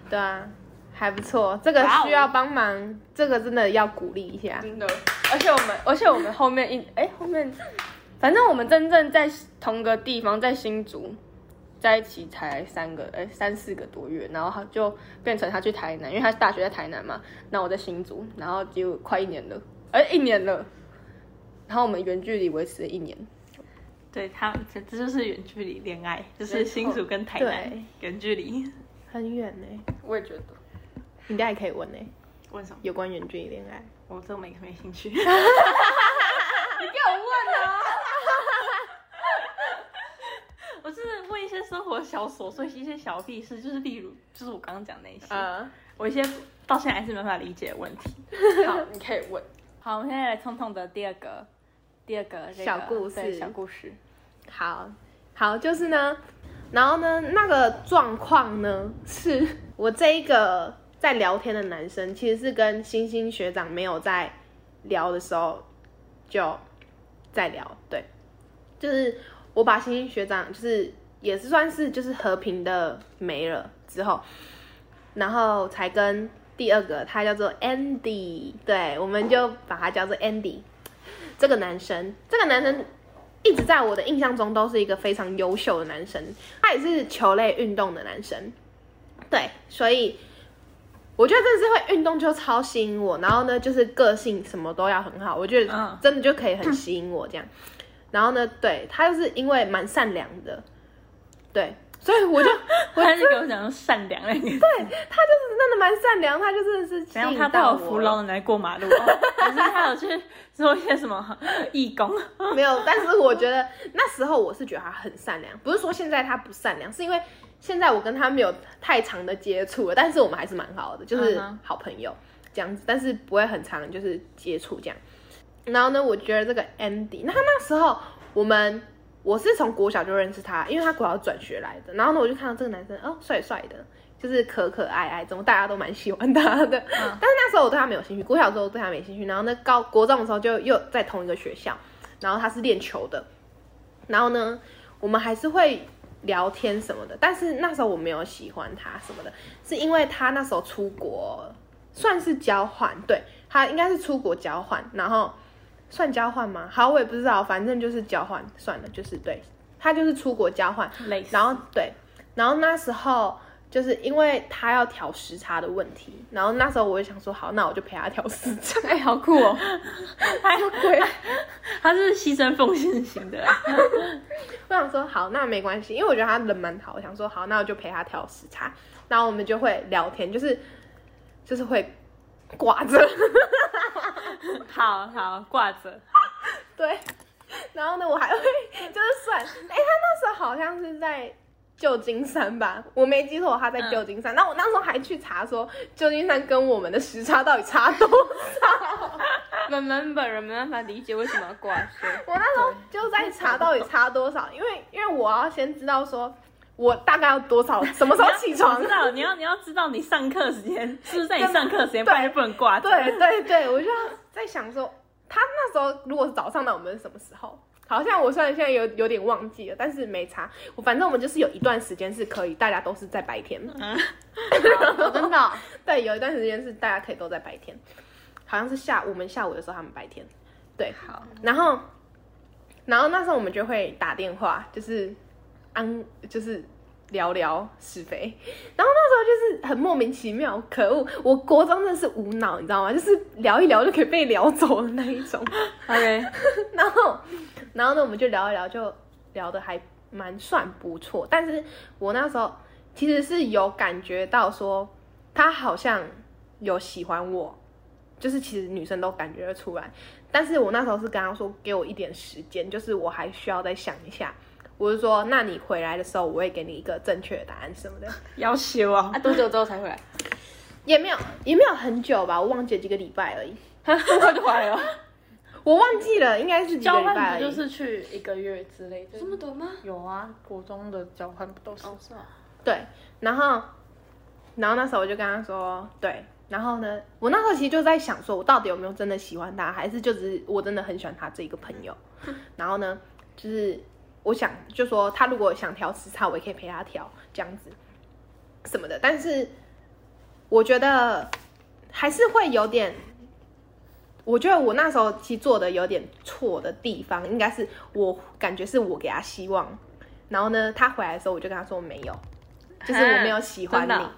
C: 对啊，还不错，这个
B: 哇哦
C: 需要帮忙，这个真的要鼓励一下。
A: 真的，而且我们，而且我们后面一，哎、后面，反正我们真正在同个地方，在新竹，在一起才三个，哎、三四个多月，然后他就变成他去台南，因为他大学在台南嘛，那我在新竹，然后就快一年了，哎、一年了，然后我们远距离维持了一年，
B: 对他，这这就是远距离恋爱，就是新竹跟台南
C: 对
B: 远距离。
C: 很远呢、
A: 我也觉得，
C: 你大家也可以问呢、
B: 问什么？
C: 有关远距离恋爱。
B: 我这没没兴趣。
A: 你给我问啊，
B: 我是问一些生活小琐碎，一些小屁事，就是例如，就是我刚刚讲那些，
A: 呃，
B: 我一些到现在还是没办法理解的问题。
A: 好，你可以问，
B: 好，我们现在来痛痛的第二个，第二个、这个
C: 小故事
B: 对小故事。
C: 好，好，就是呢，然后呢，那个状况呢，是我这一个在聊天的男生，其实是跟星星学长没有在聊的时候就在聊，对，就是我把星星学长就是也是算是就是和平的没了之后，然后才跟第二个他叫做 Andy，对，我们就把他叫做 Andy。这个男生，这个男生一直在我的印象中都是一个非常优秀的男生，他也是球类运动的男生，对，所以我觉得真的是会运动就超吸引我，然后呢，就是个性什么都要很好，我觉
B: 嗯
C: 得真的就可以很吸引我这样。然后呢，对他就是因为蛮善良的，对，所以我就 我
B: 他
C: 真
B: 就给我讲说善良那个 字，
C: 真的蛮善良，他就真的是吸
B: 然后
C: 引
B: 他他
C: 到
B: 有扶
C: 我
B: 老
C: 了。
B: 奶奶过马路，可是他有去做一些什么义工。
C: 没有，但是我觉得那时候我是觉得他很善良，不是说现在他不善良，是因为现在我跟他没有太长的接触了，但是我们还是蛮好的，就是
B: 嗯哼
C: 好朋友这样子，但是不会很长就是接触这样。然后呢，我觉得这个 Andy，那他那时候我们我是从国小就认识他，因为他国小转学来的。然后呢，我就看到这个男生哦，帅帅的，就是可可爱爱，怎么大家都蛮喜欢他的。但是那时候我对他没有兴趣，国小的时候我对他没兴趣，然后呢高国中的时候就又在同一个学校，然后他是练球的，然后呢我们还是会聊天什么的，但是那时候我没有喜欢他什么的，是因为他那时候出国算是交换，对他应该是出国交换，然后算交换吗？好，我也不知道，反正就是交换，算了，就是对他就是出国交换，
B: 累死
C: 然后对，然后那时候就是因为他要调时差的问题，然后那时候我就想说，好，那我就陪他调时差，
A: 哎、 好酷哦，
B: 他
C: 对，
B: 他是牺牲奉献型的，
C: 我想说好，那没关系，因为我觉得他人蛮好，我想说好，那我就陪他调时差，然后我们就会聊天，就是就是会挂着，
B: 好好挂着。
C: 对，然后呢，我还会就是算，哎、他那时候好像是在旧金山吧，我没记错，他
B: 嗯
C: 在旧金山，那、我那时候还去查说旧金山跟我们的时差到底差多少。
A: 本人本人没办法理解为什么要挂靴，
C: 我那时候就在查到底差多少，因为因为我要先知道说，我大概要多少，什么时候起
B: 我
C: 床
B: 知。 道你要你要知道你上课时间是不是在你上课时间，不然就不能挂着。
C: 对对对，我就要在想说，他那时候如果是早上，那我们是什么时候？好像我虽然现在有有点忘记了，但是没差。我反正我们就是有一段时间是可以，大家都是在白天。
A: 我真 的哦、
C: 对，有一段时间是大家可以都在白天，好像是下我们下午的时候，他们白天。对，
A: 好，
C: 然后，然后那时候我们就会打电话，就是安，就是聊聊是非。然后那时候就是很莫名其妙，可恶！我国中真的是无脑，你知道吗？就是聊一聊就可以被聊走的那一种。
B: ，OK，
C: 然后，然后呢，我们就聊一聊，就聊的还蛮算不错。但是我那时候其实是有感觉到说，他好像有喜欢我，就是其实女生都感觉得出来。但是我那时候是跟他说，给我一点时间，就是我还需要再想一下。我是说，那你回来的时候，我会给你一个正确的答案什么的。
B: 要修啊
A: 啊，。多久之后才回来？
C: 也没有，也没有很久吧，我忘记了几个礼拜而已。
A: 很快就回来了，
C: 我忘记了，应该是几个
B: 交
C: 礼拜
B: 换
C: 而
B: 不
C: 已。
B: 就是去一个月之类的？
A: 短吗？
B: 有啊，国中的交换不都是？
A: 哦，是啊，
C: 对，然后，然后那时候我就跟他说，对，然后呢，我那时候其实就在想，说我到底有没有真的喜欢他，还是就只是我真的很喜欢他这一个朋 友。然后呢，就是我想就说他如果想调时差，我也可以陪他调这样子什么的。但是我觉得还是会有点。我觉得我那时候其实做的有点错的地方，应该是我感觉是我给他希望，然后呢，他回来的时候我就跟他说没有，就是我没有喜欢
A: 真的
C: 你。
A: 哦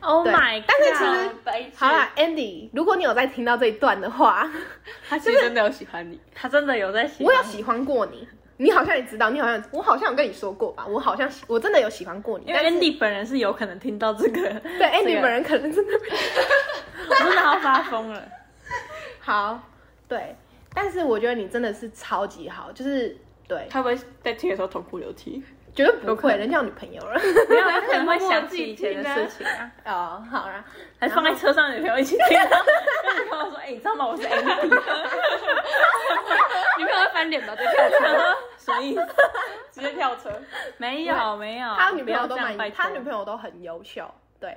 B: Oh
C: 对
B: my god！
C: 但是其实
B: 白痴
C: 好啦，Andy，如果你有在听到这一段的话，
B: 啊
A: 他其实真的有喜欢 你，
B: 他真的有在喜欢
C: 我有喜欢过你，你好像也知道，你好像我好像有跟你说过吧，我好像喜我真的有喜欢过你，
B: 因为
C: 但是
B: Andy 啊本人是有可能听到这个，
C: 对 Andy
B: 个
C: 本人可能真的没有
B: 我真的要发疯了。
C: 好，对，但是我觉得你真的是超级好，就是对，
A: 他会不会在听的时候痛哭流涕。
C: 绝对不会，人家有女朋友了。
B: 没有，他可能会想起以前的 事情啊，
C: 哦，好啦，
B: 还放在车上，女朋友一起听到，跟女朋友说：“哎、 你知道吗？我是 Andy。
A: 女朋友会翻脸吧？在跳 车，什么意思？直接跳车。”
B: 没有，没有，
C: 他女朋友
B: 不
C: 都
B: 要这
C: 蛮，
B: 样拜
C: 他
B: 托
C: 女朋友都很优秀，对，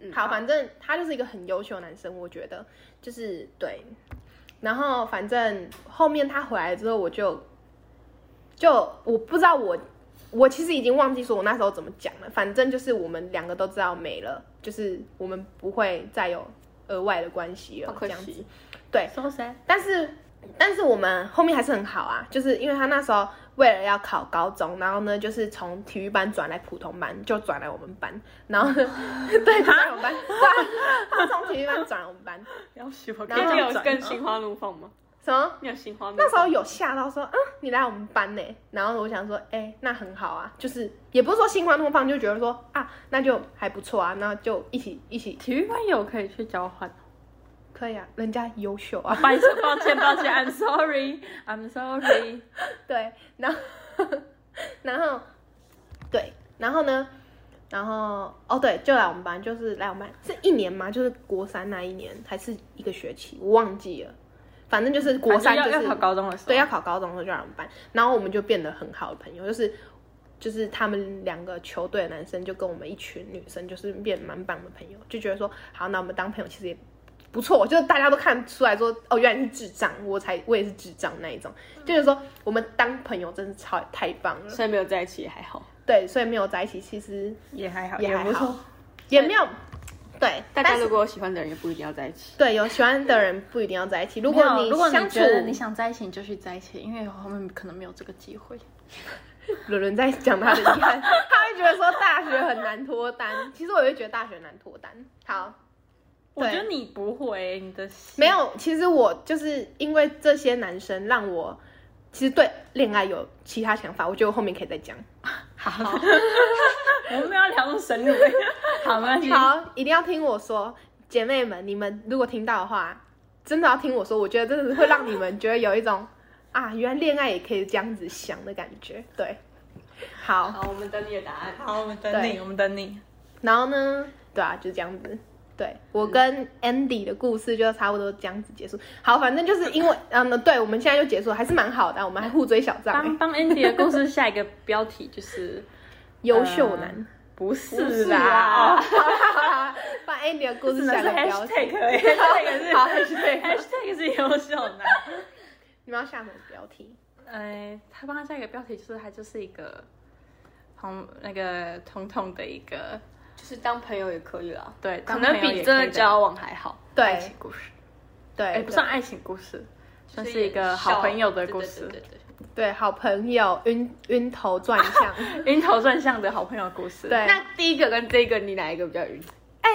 A: 嗯
C: 好，反正他就是一个很优秀的男生，我觉得就是对。然后反正后面他回来之后，我就就我不知道我我其实已经忘记说我那时候怎么讲了，反正就是我们两个都知道没了，就是我们不会再有额外的关系了
A: 好，
C: 这
A: 可
C: 样子
A: 惜。
B: 说谁？
C: 但是但是我们后面还是很好啊，就是因为他那时候为了要考高中，然后呢，就是从体育班转来普通班，就转来我们班，然后呢， 对，就转来我们班，他从体育班转来我们班，
B: 要喜欢
C: 然后
A: 你有更心花怒放吗？
C: 什么？
A: 你有心花怒放？
C: 那时候有吓到说，嗯，你来我们班呢、然后我想说，哎、那很好啊，就是也不是说心花怒放，就觉得说啊，那就还不错啊，那就一起一起
B: 体育班有可以去交换。
C: 可以啊，人家优秀 啊，
B: 抱歉，抱歉，抱歉，I'm sorry，I'm sorry。
C: 对，然后然后对，然后呢，然后哦对，就来我们班，就是来我们班是一年吗？就是国三那一年，还是一个学期？我忘记了，反正就是国三
B: 反正
C: 就
B: 要
C: 是
B: 要考高中的时候，
C: 对要考高中的时候就来我们班，然后我们就变得很好的朋友，就是。就是他们两个球队的男生就跟我们一群女生就是变蛮棒的朋友，就觉得说好，那我们当朋友其实也不错，就是大家都看出来说哦，原来你是智障，我才我也是智障那一种，就是说我们当朋友真是超太棒了，
A: 虽然没有在一起也还好，
C: 对，所以没有在一起其实
B: 也还好，
C: 也还
B: 不错。
C: 好，也没有对，
A: 大家
C: 但
A: 如
C: 是
A: 果有喜欢的人，也不一定要在一起。
C: 对有喜欢的人不一定要在一起，如
B: 如
C: 果
B: 果
C: 你
B: 如果
C: 相
B: 你
C: 处
B: 觉得你想在一起，你就去在一起，因为后面可能没有这个机会。
C: 伦伦在讲他的遗憾， 他会觉得说大学很难脱单。其实我也会觉得大学很难脱单。好，
B: 我觉得
C: 对
B: 你不会，你的
C: 没有，其实我就是因为这些男生让我其实对恋爱有其他想法，我觉得我后面可以再讲。
B: 好，我们没有要聊那么深 入。好，没关系。
C: 好，一定要听我说，姐妹们，你们如果听到的话，真的要听我说，我觉得真的是会让你们觉得有一种啊，原来恋爱也可以这样子想的感觉。对，好，
A: 好，我们等你的答案。
B: 好，我们
C: 你
B: 等
C: 对
B: 我们等你。
C: 然后呢，对啊，就这样子。对我跟 Andy 的故事就差不多这样子结束。好，反正就是因为，嗯，对，我们现在就结束了，还是蛮好的啊，我们还互追小账、
B: 帮
C: 欸，
B: 帮 Andy 的故事下一个标题就是
C: 优秀男。
B: 不是啊
A: 不是啦
B: 啦，
C: 好啦好啦，把 Andy 的故
B: 只
C: 事
B: 能
C: 下
B: 是
C: 个标题，
B: hashtag 而已，hashtag 是
C: 好
B: hashtag 是优秀 男。
C: 你们要下什么标题？
B: 呃，他帮他下一个标题就是他就是一个红那个彤彤的一个
A: 就是当朋友也可以啦，
B: 对，
A: 可
B: 当朋
A: 能
B: 友也
A: 比
B: 可以
A: 真的
B: 的
A: 交往还好。
B: 爱
C: 对
B: 情故事，
C: 对，
B: 哎哎，不算爱情故事，算是一个好朋友的故事
A: 对，对对对对
C: 对好朋友晕晕头转向。
B: 晕头转向的好朋友故事。
C: 对，哎、
A: 那第一个跟这个，你哪一个比较晕？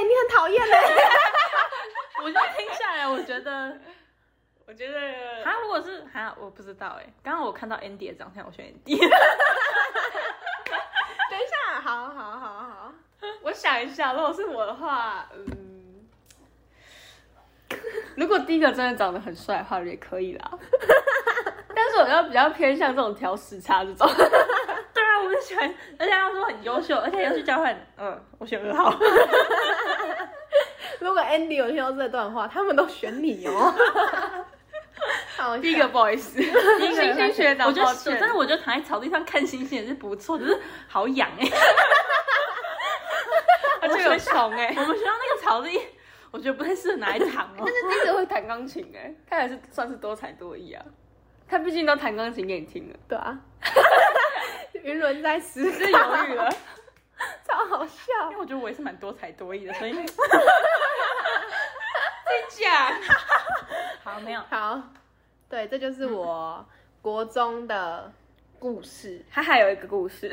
C: 你很讨厌欸嘞，
B: 我就听下
A: 哎
B: 来，我觉得
A: 我觉得
B: 他如果是 哈，我不知道哎、刚刚我看到 Andy 的长相，我选 Andy。
C: 等一下，好好好好，
A: 我想一下，如果是我的话，嗯，如果第一个真的长得很帅的话，也可以啦。 但是我要比较偏向这种调时差这种，
B: 对啊，我就喜欢，而且他说很优秀，而且要去交换，嗯，我选二号。
C: 如果 Andy 有听到这段话，他们都选你哦。好
A: 第一个不好意思，
B: 第一个
A: 星星学长，
B: 我觉得
A: 抱
B: 我
A: 歉
B: 真的，我觉得躺在草地上看星星也是不错，只是好痒哎、
A: 而且有虫哎、
B: 我们学校那个草地，我觉得不太适合拿来躺哦
A: 但。是第一个会弹钢琴哎、他也是算是多才多艺啊。他毕竟都弹钢琴给你听了，
C: 对啊，云轮在死，
A: 只是犹豫了。
C: 超好笑。
B: 因为我觉得我也是蛮多才多艺的， 所以
A: 真假？
B: 好没有
C: 好，对，这就是我国中的故事。
A: 他还有一个 故事，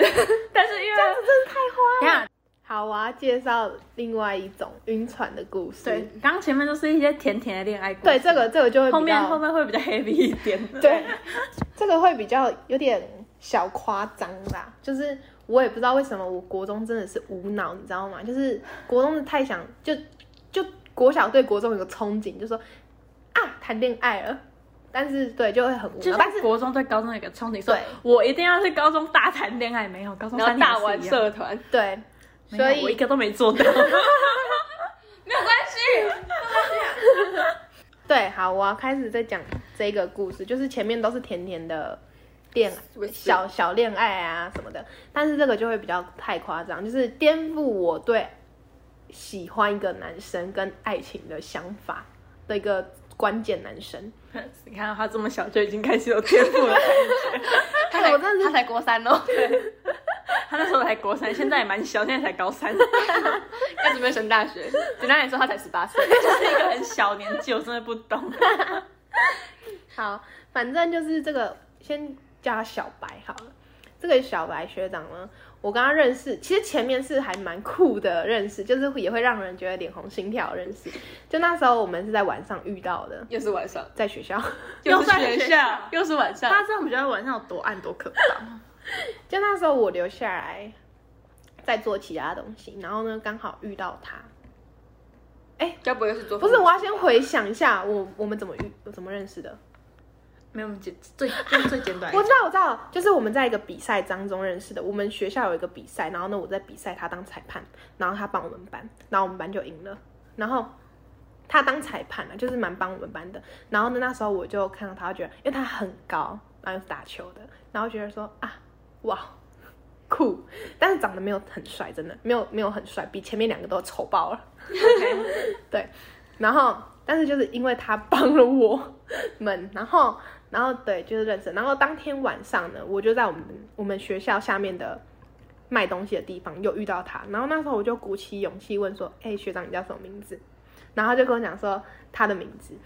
A: 但是因为
B: 等一下，
C: 好，我要介绍另外一种晕船的故事。
B: 对，刚刚前面都是一些甜甜的恋爱故事，
C: 对，这个这个就会比较
B: 后面后面会比较 heavy 一点的。
C: 对，这个会比较有点小夸张吧。就是我也不知道为什么，我国中真的是无脑，你知道吗？就是国中太想就就国小对国中有个憧憬，就说啊谈恋爱了，但是对就会很无
B: 就
C: 脑，
B: 是
C: 但是。
B: 国中对高中有一个憧憬，说
C: 对
B: 我一定要去高中大谈恋爱，没有高中
A: 然
B: 三
A: 后
B: 年
A: 大玩
B: 还是一样，
A: 社团，
C: 对，
B: 没有
C: 所
B: 我一
C: 以
B: 个都没做到。
A: 没有关系。
C: 对，好，我要开始再讲这个故事，就是前面都是甜甜的恋
A: 不是
C: 小小恋爱啊什么的，但是这个就会比较太夸张，就是颠覆我对喜欢一个男生跟爱情的想法的一个关键男生。
B: 你看到他这么小就已经开始有天 赋了，
A: 他才
C: 我真的是
A: 他才国三哦，
B: 他那时候才国三，现在也蛮小，现在才高 三，
A: 要准备升大学。简单来说，他才十八岁。
B: 就是一个很小年纪，我真的不懂。
C: 好，反正就是这个，先叫他小白好了。这个小白学长呢，我跟他认识，其实前面是还蛮酷的认识，就是也会让人觉得脸红心跳的认识。就那时候我们是在晚上遇到的，
A: 又是 晚上，
C: 在学校。
B: 又
A: 又
B: 是
A: 是
B: 学校
A: 又是晚上。
B: 大家知道我们觉得晚上有多暗多可怕？
C: 就那时候我留下来在做其他东西，然后呢刚好遇到他。
A: 该不会是做
C: 不是，我要先回想一下我我们怎么遇我怎么认识的。
B: 没有，我们简最就是最 简短
C: 我知道我知道，就是我们在一个比赛当中认识的。我们学校有一个比赛，然后呢我在比赛，他当裁判，然后他帮我们班，然后我们班就赢了。然后他当裁判了，就是蛮帮我们班的。然后呢那时候我就看到他，觉得因为他很高，然后又是打球的，然后觉得说啊哇酷，但是长得没有很帅，真的没有没有很帅，比前面两个都丑爆了。 对，然后但是就是因为他帮了我们，然后然后对，就是认识。然后当天晚上呢，我就在我们我们学校下面的卖东西的地方又遇到他。然后那时候我就鼓起勇气问说：“哎、学长，你叫什么名字？”然后他就跟我讲说他的名字。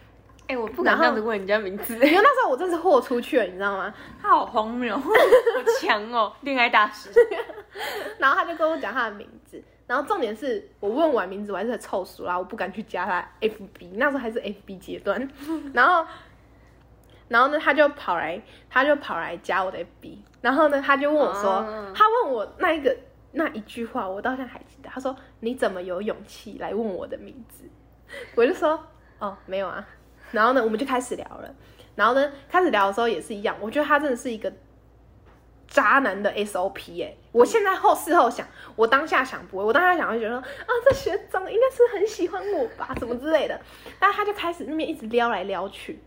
A: 哎，我不敢这样子问人家名字，
C: 因为那时候我真是豁出去了，你知道吗？
B: 他好荒 谬，
A: 好强哦，恋爱大师。
C: 然后他就跟我讲他的名字。然后重点是我问完名字，我还是很臭熟啦，我不敢去加他 FB，那时候还是 FB 阶段。然后，然后呢，他就跑来，他就跑来加我的 FB。然后呢，他就问我说，
A: 啊
C: 他问我那一个那一句话，我到现在还记得。他说：“你怎么有勇气来问我的名字？”我就说：“哦，没有啊。”然后呢，我们就开始聊了。然后呢，开始聊的时候也是一样，我觉得他真的是一个渣男的 SOP 哎、我现在后事后想，我当下想不会，我当下想会觉得说啊，这学长应该是很喜欢我 吧，什么之类的。但他就开始那边一直撩来撩去，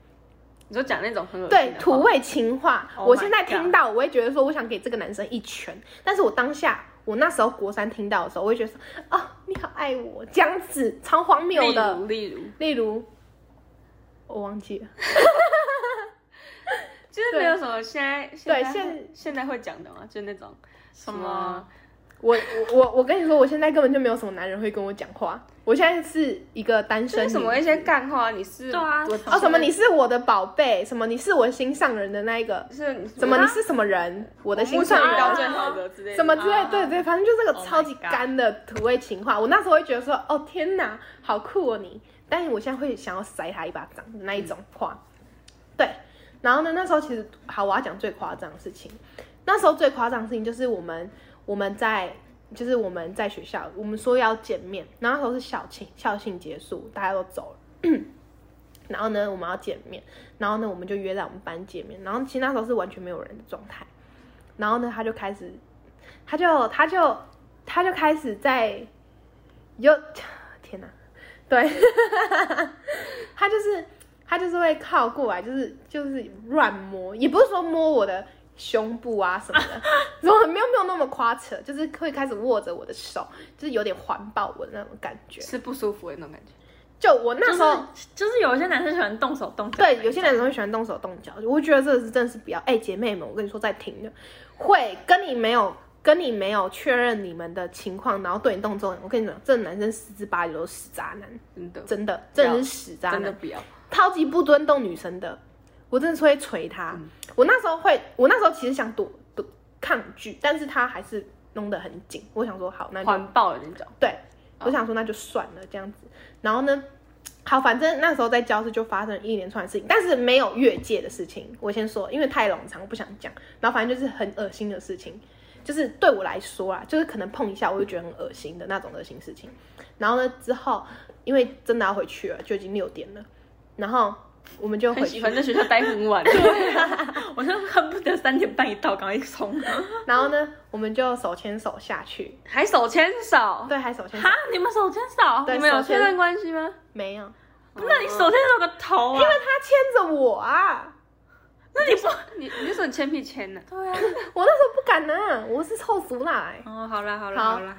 A: 你说讲那种很恶心
C: 对
A: 的，话
C: 土味情话。
B: Oh
C: 我
B: my
C: 现在
B: God
C: 听到，我会觉得说，我想给这个男生一拳。但是我当下，我那时候国三听到的时候，我会觉得说，哦，你好爱我，这样子超荒谬
A: 例
C: 的
A: 如。例如，
C: 例如，我忘记了，
A: 就是没有什么现在
C: 对
A: 在
C: 现
A: 现在会讲的嘛，就那种
B: 什
A: 什么
B: 么？
C: 我我我我跟你说，我现在根本就没有什么男人会跟我讲话。我现在是一个单
A: 就
C: 身
A: 是
C: 女
A: 什
C: 子，
A: 么一些干话，你是
B: 对啊
A: 我
C: 哦，什么你是我的宝贝，什么你是我心上人的那一个，
A: 是
C: 什么你是什么人，我的心
A: 啊目前
C: 上
A: 遇到
C: 人
A: 最好的之类的，
C: 什么之类
B: 啊，
C: 对对，反正就这个
B: Oh my
C: 超级
B: God
C: 干的土味情话。我那时候会觉得说，哦天哪，好酷哦你，但是我现在会想要塞他一巴掌的那一种话。对，然后呢，那时候其实好，我要讲最夸张的事情。那时候最夸张的事情就是我们我们在就是我们在学校，我们说要见面，然后那时候是校庆，校庆结束，大家都走了。 然后呢，我们要见面，然后呢，我们就约在我们班见面。然后其实那时候是完全没有人的状态。然后呢，他就开始，他就他就他就开始在，有天哪，对，他就是他就是会靠过来，就是就是乱摸，也不是说摸我的胸部啊什么的，然后没有没有那么夸扯，就是会开始握着我的手，就是有点环抱我的那种感觉。
A: 是不舒服的那种感觉。
C: 就我那时
B: 就
C: 候。
B: 是就是有一些男生喜欢动手动脚，
C: 对，有些男生会喜欢动手动脚，我觉得这是真的是比较哎、姐妹们，我跟你说在听的，会跟你没有跟你没有确认你们的情况，然后对你动手，我跟你讲，这男生十之八九都是死渣男，
A: 真的，
C: 真的，真的是死渣
A: 嗯真的
C: 男，
A: 不要，
C: 超
A: 嗯
C: 级不尊重女生的，我真的是会捶他。我那时候会，我那时候其实想躲，抗拒，但是他还是弄得很紧。我想说，好，那就
A: 环抱的那种，
C: 对，我想说那就算了这样子。然后呢，好，反正那时候在教室就发生一连串的事情，但是没有越界的事情。我先说，因为太冗长，我不想讲。然后反正就是很恶心的事情，就是对我来说啊，就是可能碰一下我就觉得很恶心的那种恶心事情。然后呢，之后因为真的要回去了，就已经六点了，然后我们就回
A: 很
C: 去
A: 喜。欢在学校待很晚。
B: 我就恨不得三点半一到，赶快冲。
C: 然后呢，我们就手牵手下去，
A: 还手牵手，
C: 对，还手牵手
B: 哈，你们手牵哦手？
C: 对
A: 你们有
C: 手牵
A: 确认关系吗？
C: 没有，
B: 那你手牵手个头啊
C: 因为！他牵着我啊。
B: 那你不……
A: 你你是说你铅笔签的？
B: 对啊。
C: 我那时候不敢呐、我是臭俗啦、欸。
B: 哦，好啦，好啦，
C: 好
B: 好啦。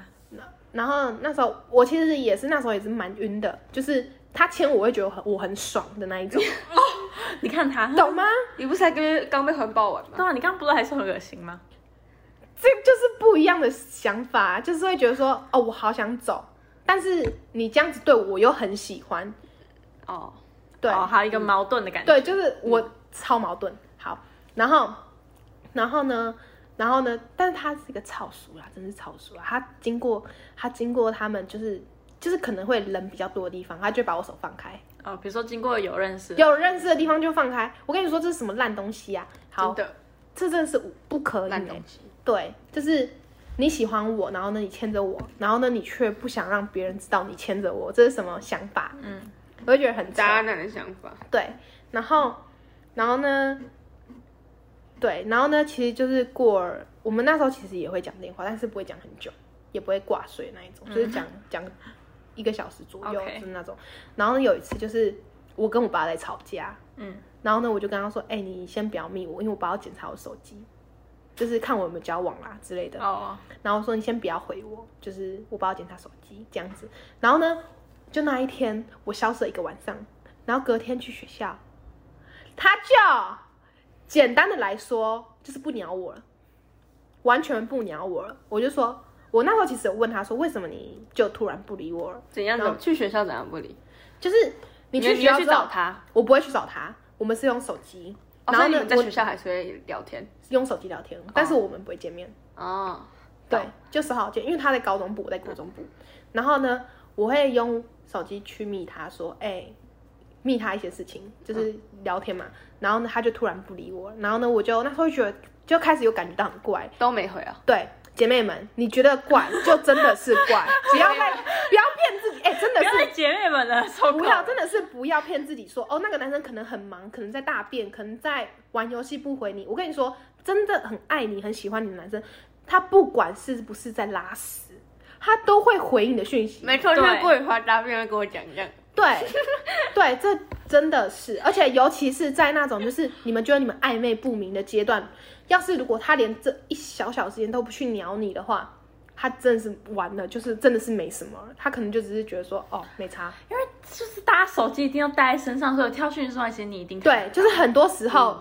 C: 然后那时候我其实也是那时候也是蛮晕的，就是他牵我会觉得我很我很爽的那一种，
B: 你看他，
C: 懂吗？
A: 你不是才跟刚被环抱完吗？
B: 对啊，你刚刚不是还说很恶心吗？
C: 这就是不一样的想法，就是会觉得说哦，我好想走，但是你这样子对我又很喜欢，
A: 哦，
C: 对、
B: 哦，还有一个矛盾的感觉。
C: 对，就是我超矛盾。好，然后然后呢，然后呢，但是他是一个草叔啦，真是草叔啦。他经过他经过他们就是就是可能会人比较多的地方，他就会把我手放开。
B: 哦，比如说经过有认识的，
C: 有认识的地方就放开。我跟你说，这是什么烂东西啊！好，
A: 真的
C: 这真的是不可以、
A: 烂东
C: 欸。
A: 西。
C: 对，就是你喜欢我，然后呢你牵着我，然后呢你却不想让别人知道你牵着我，这是什么想法？
B: 嗯，
C: 我就觉得很渣。
A: 渣男的想法，
C: 对，然后，然后呢，对，然后呢，其实就是过儿，我们那时候其实也会讲电话，但是不会讲很久，也不会挂睡那一种，就是讲、讲一个小时左右
B: 嗯 OK
C: 就是那种。然后呢，有一次就是我跟我爸在吵架，
B: 嗯，
C: 然后呢，我就跟他说，哎、你先不要密我，因为我爸要检查我手机。就是看我有没有交往啦之类的，
B: 哦，
C: 然后我说你先不要回我，就是我帮我检查手机这样子。然后呢，就那一天我消失了一个晚上，然后隔天去学校，他就简单的来说就是不鸟我了，完全不鸟我了。我就说，我那时候其实有问他说，为什么你就突然不理我了？
A: 怎样
C: 然后
A: 怎去学校怎样不理？
C: 就是你去
A: 你
C: 学
A: 要
C: 校
A: 去
C: 之后
A: 找，他，
C: 我不会去找他，我们是用手机，
A: 哦
C: 然
A: 所
C: 后
A: 以你
C: 呢
A: 们，在
C: 我
A: 学校哦还是会聊天
C: 用手机聊天，但是我们不会见面。
A: 哦。
C: 对
A: 懂，
C: 就十好见，因为他在高中部，我在国中部。然后呢，我会用手机去密他说，哎、密他一些事情，就是聊天嘛。然后呢，他就突然不理我，然后呢，我就那时候觉得就开始有感觉到很怪。
A: 都没回啊，
C: 对，姐妹们，你觉得怪就真的是怪，不要再不要骗自己，哎、真的
B: 不要再
C: 是。
B: 姐妹们了，受够
C: 不要，
B: 了。
C: 真的是不要骗自己说哦，那个男生可能很忙，可能在大便，可能在玩游戏不回你。我跟你说，真的很爱你、很喜欢你的男生，他不管是不是在拉屎，他都会回你的讯息。
A: 没错，
B: 对
A: 就是桂花大便会跟我讲这样，
C: 对，对，这真的是，而且尤其是在那种就是你们觉得你们暧昧不明的阶段，要是如果他连这一小小时间都不去鸟你的话，他真的是完了，就是真的是没什么了，他可能就只是觉得说哦没差。
B: 因为就是大家手机一定要带在身上，所以有跳讯息那些你一定看
C: 对，就是很多时候、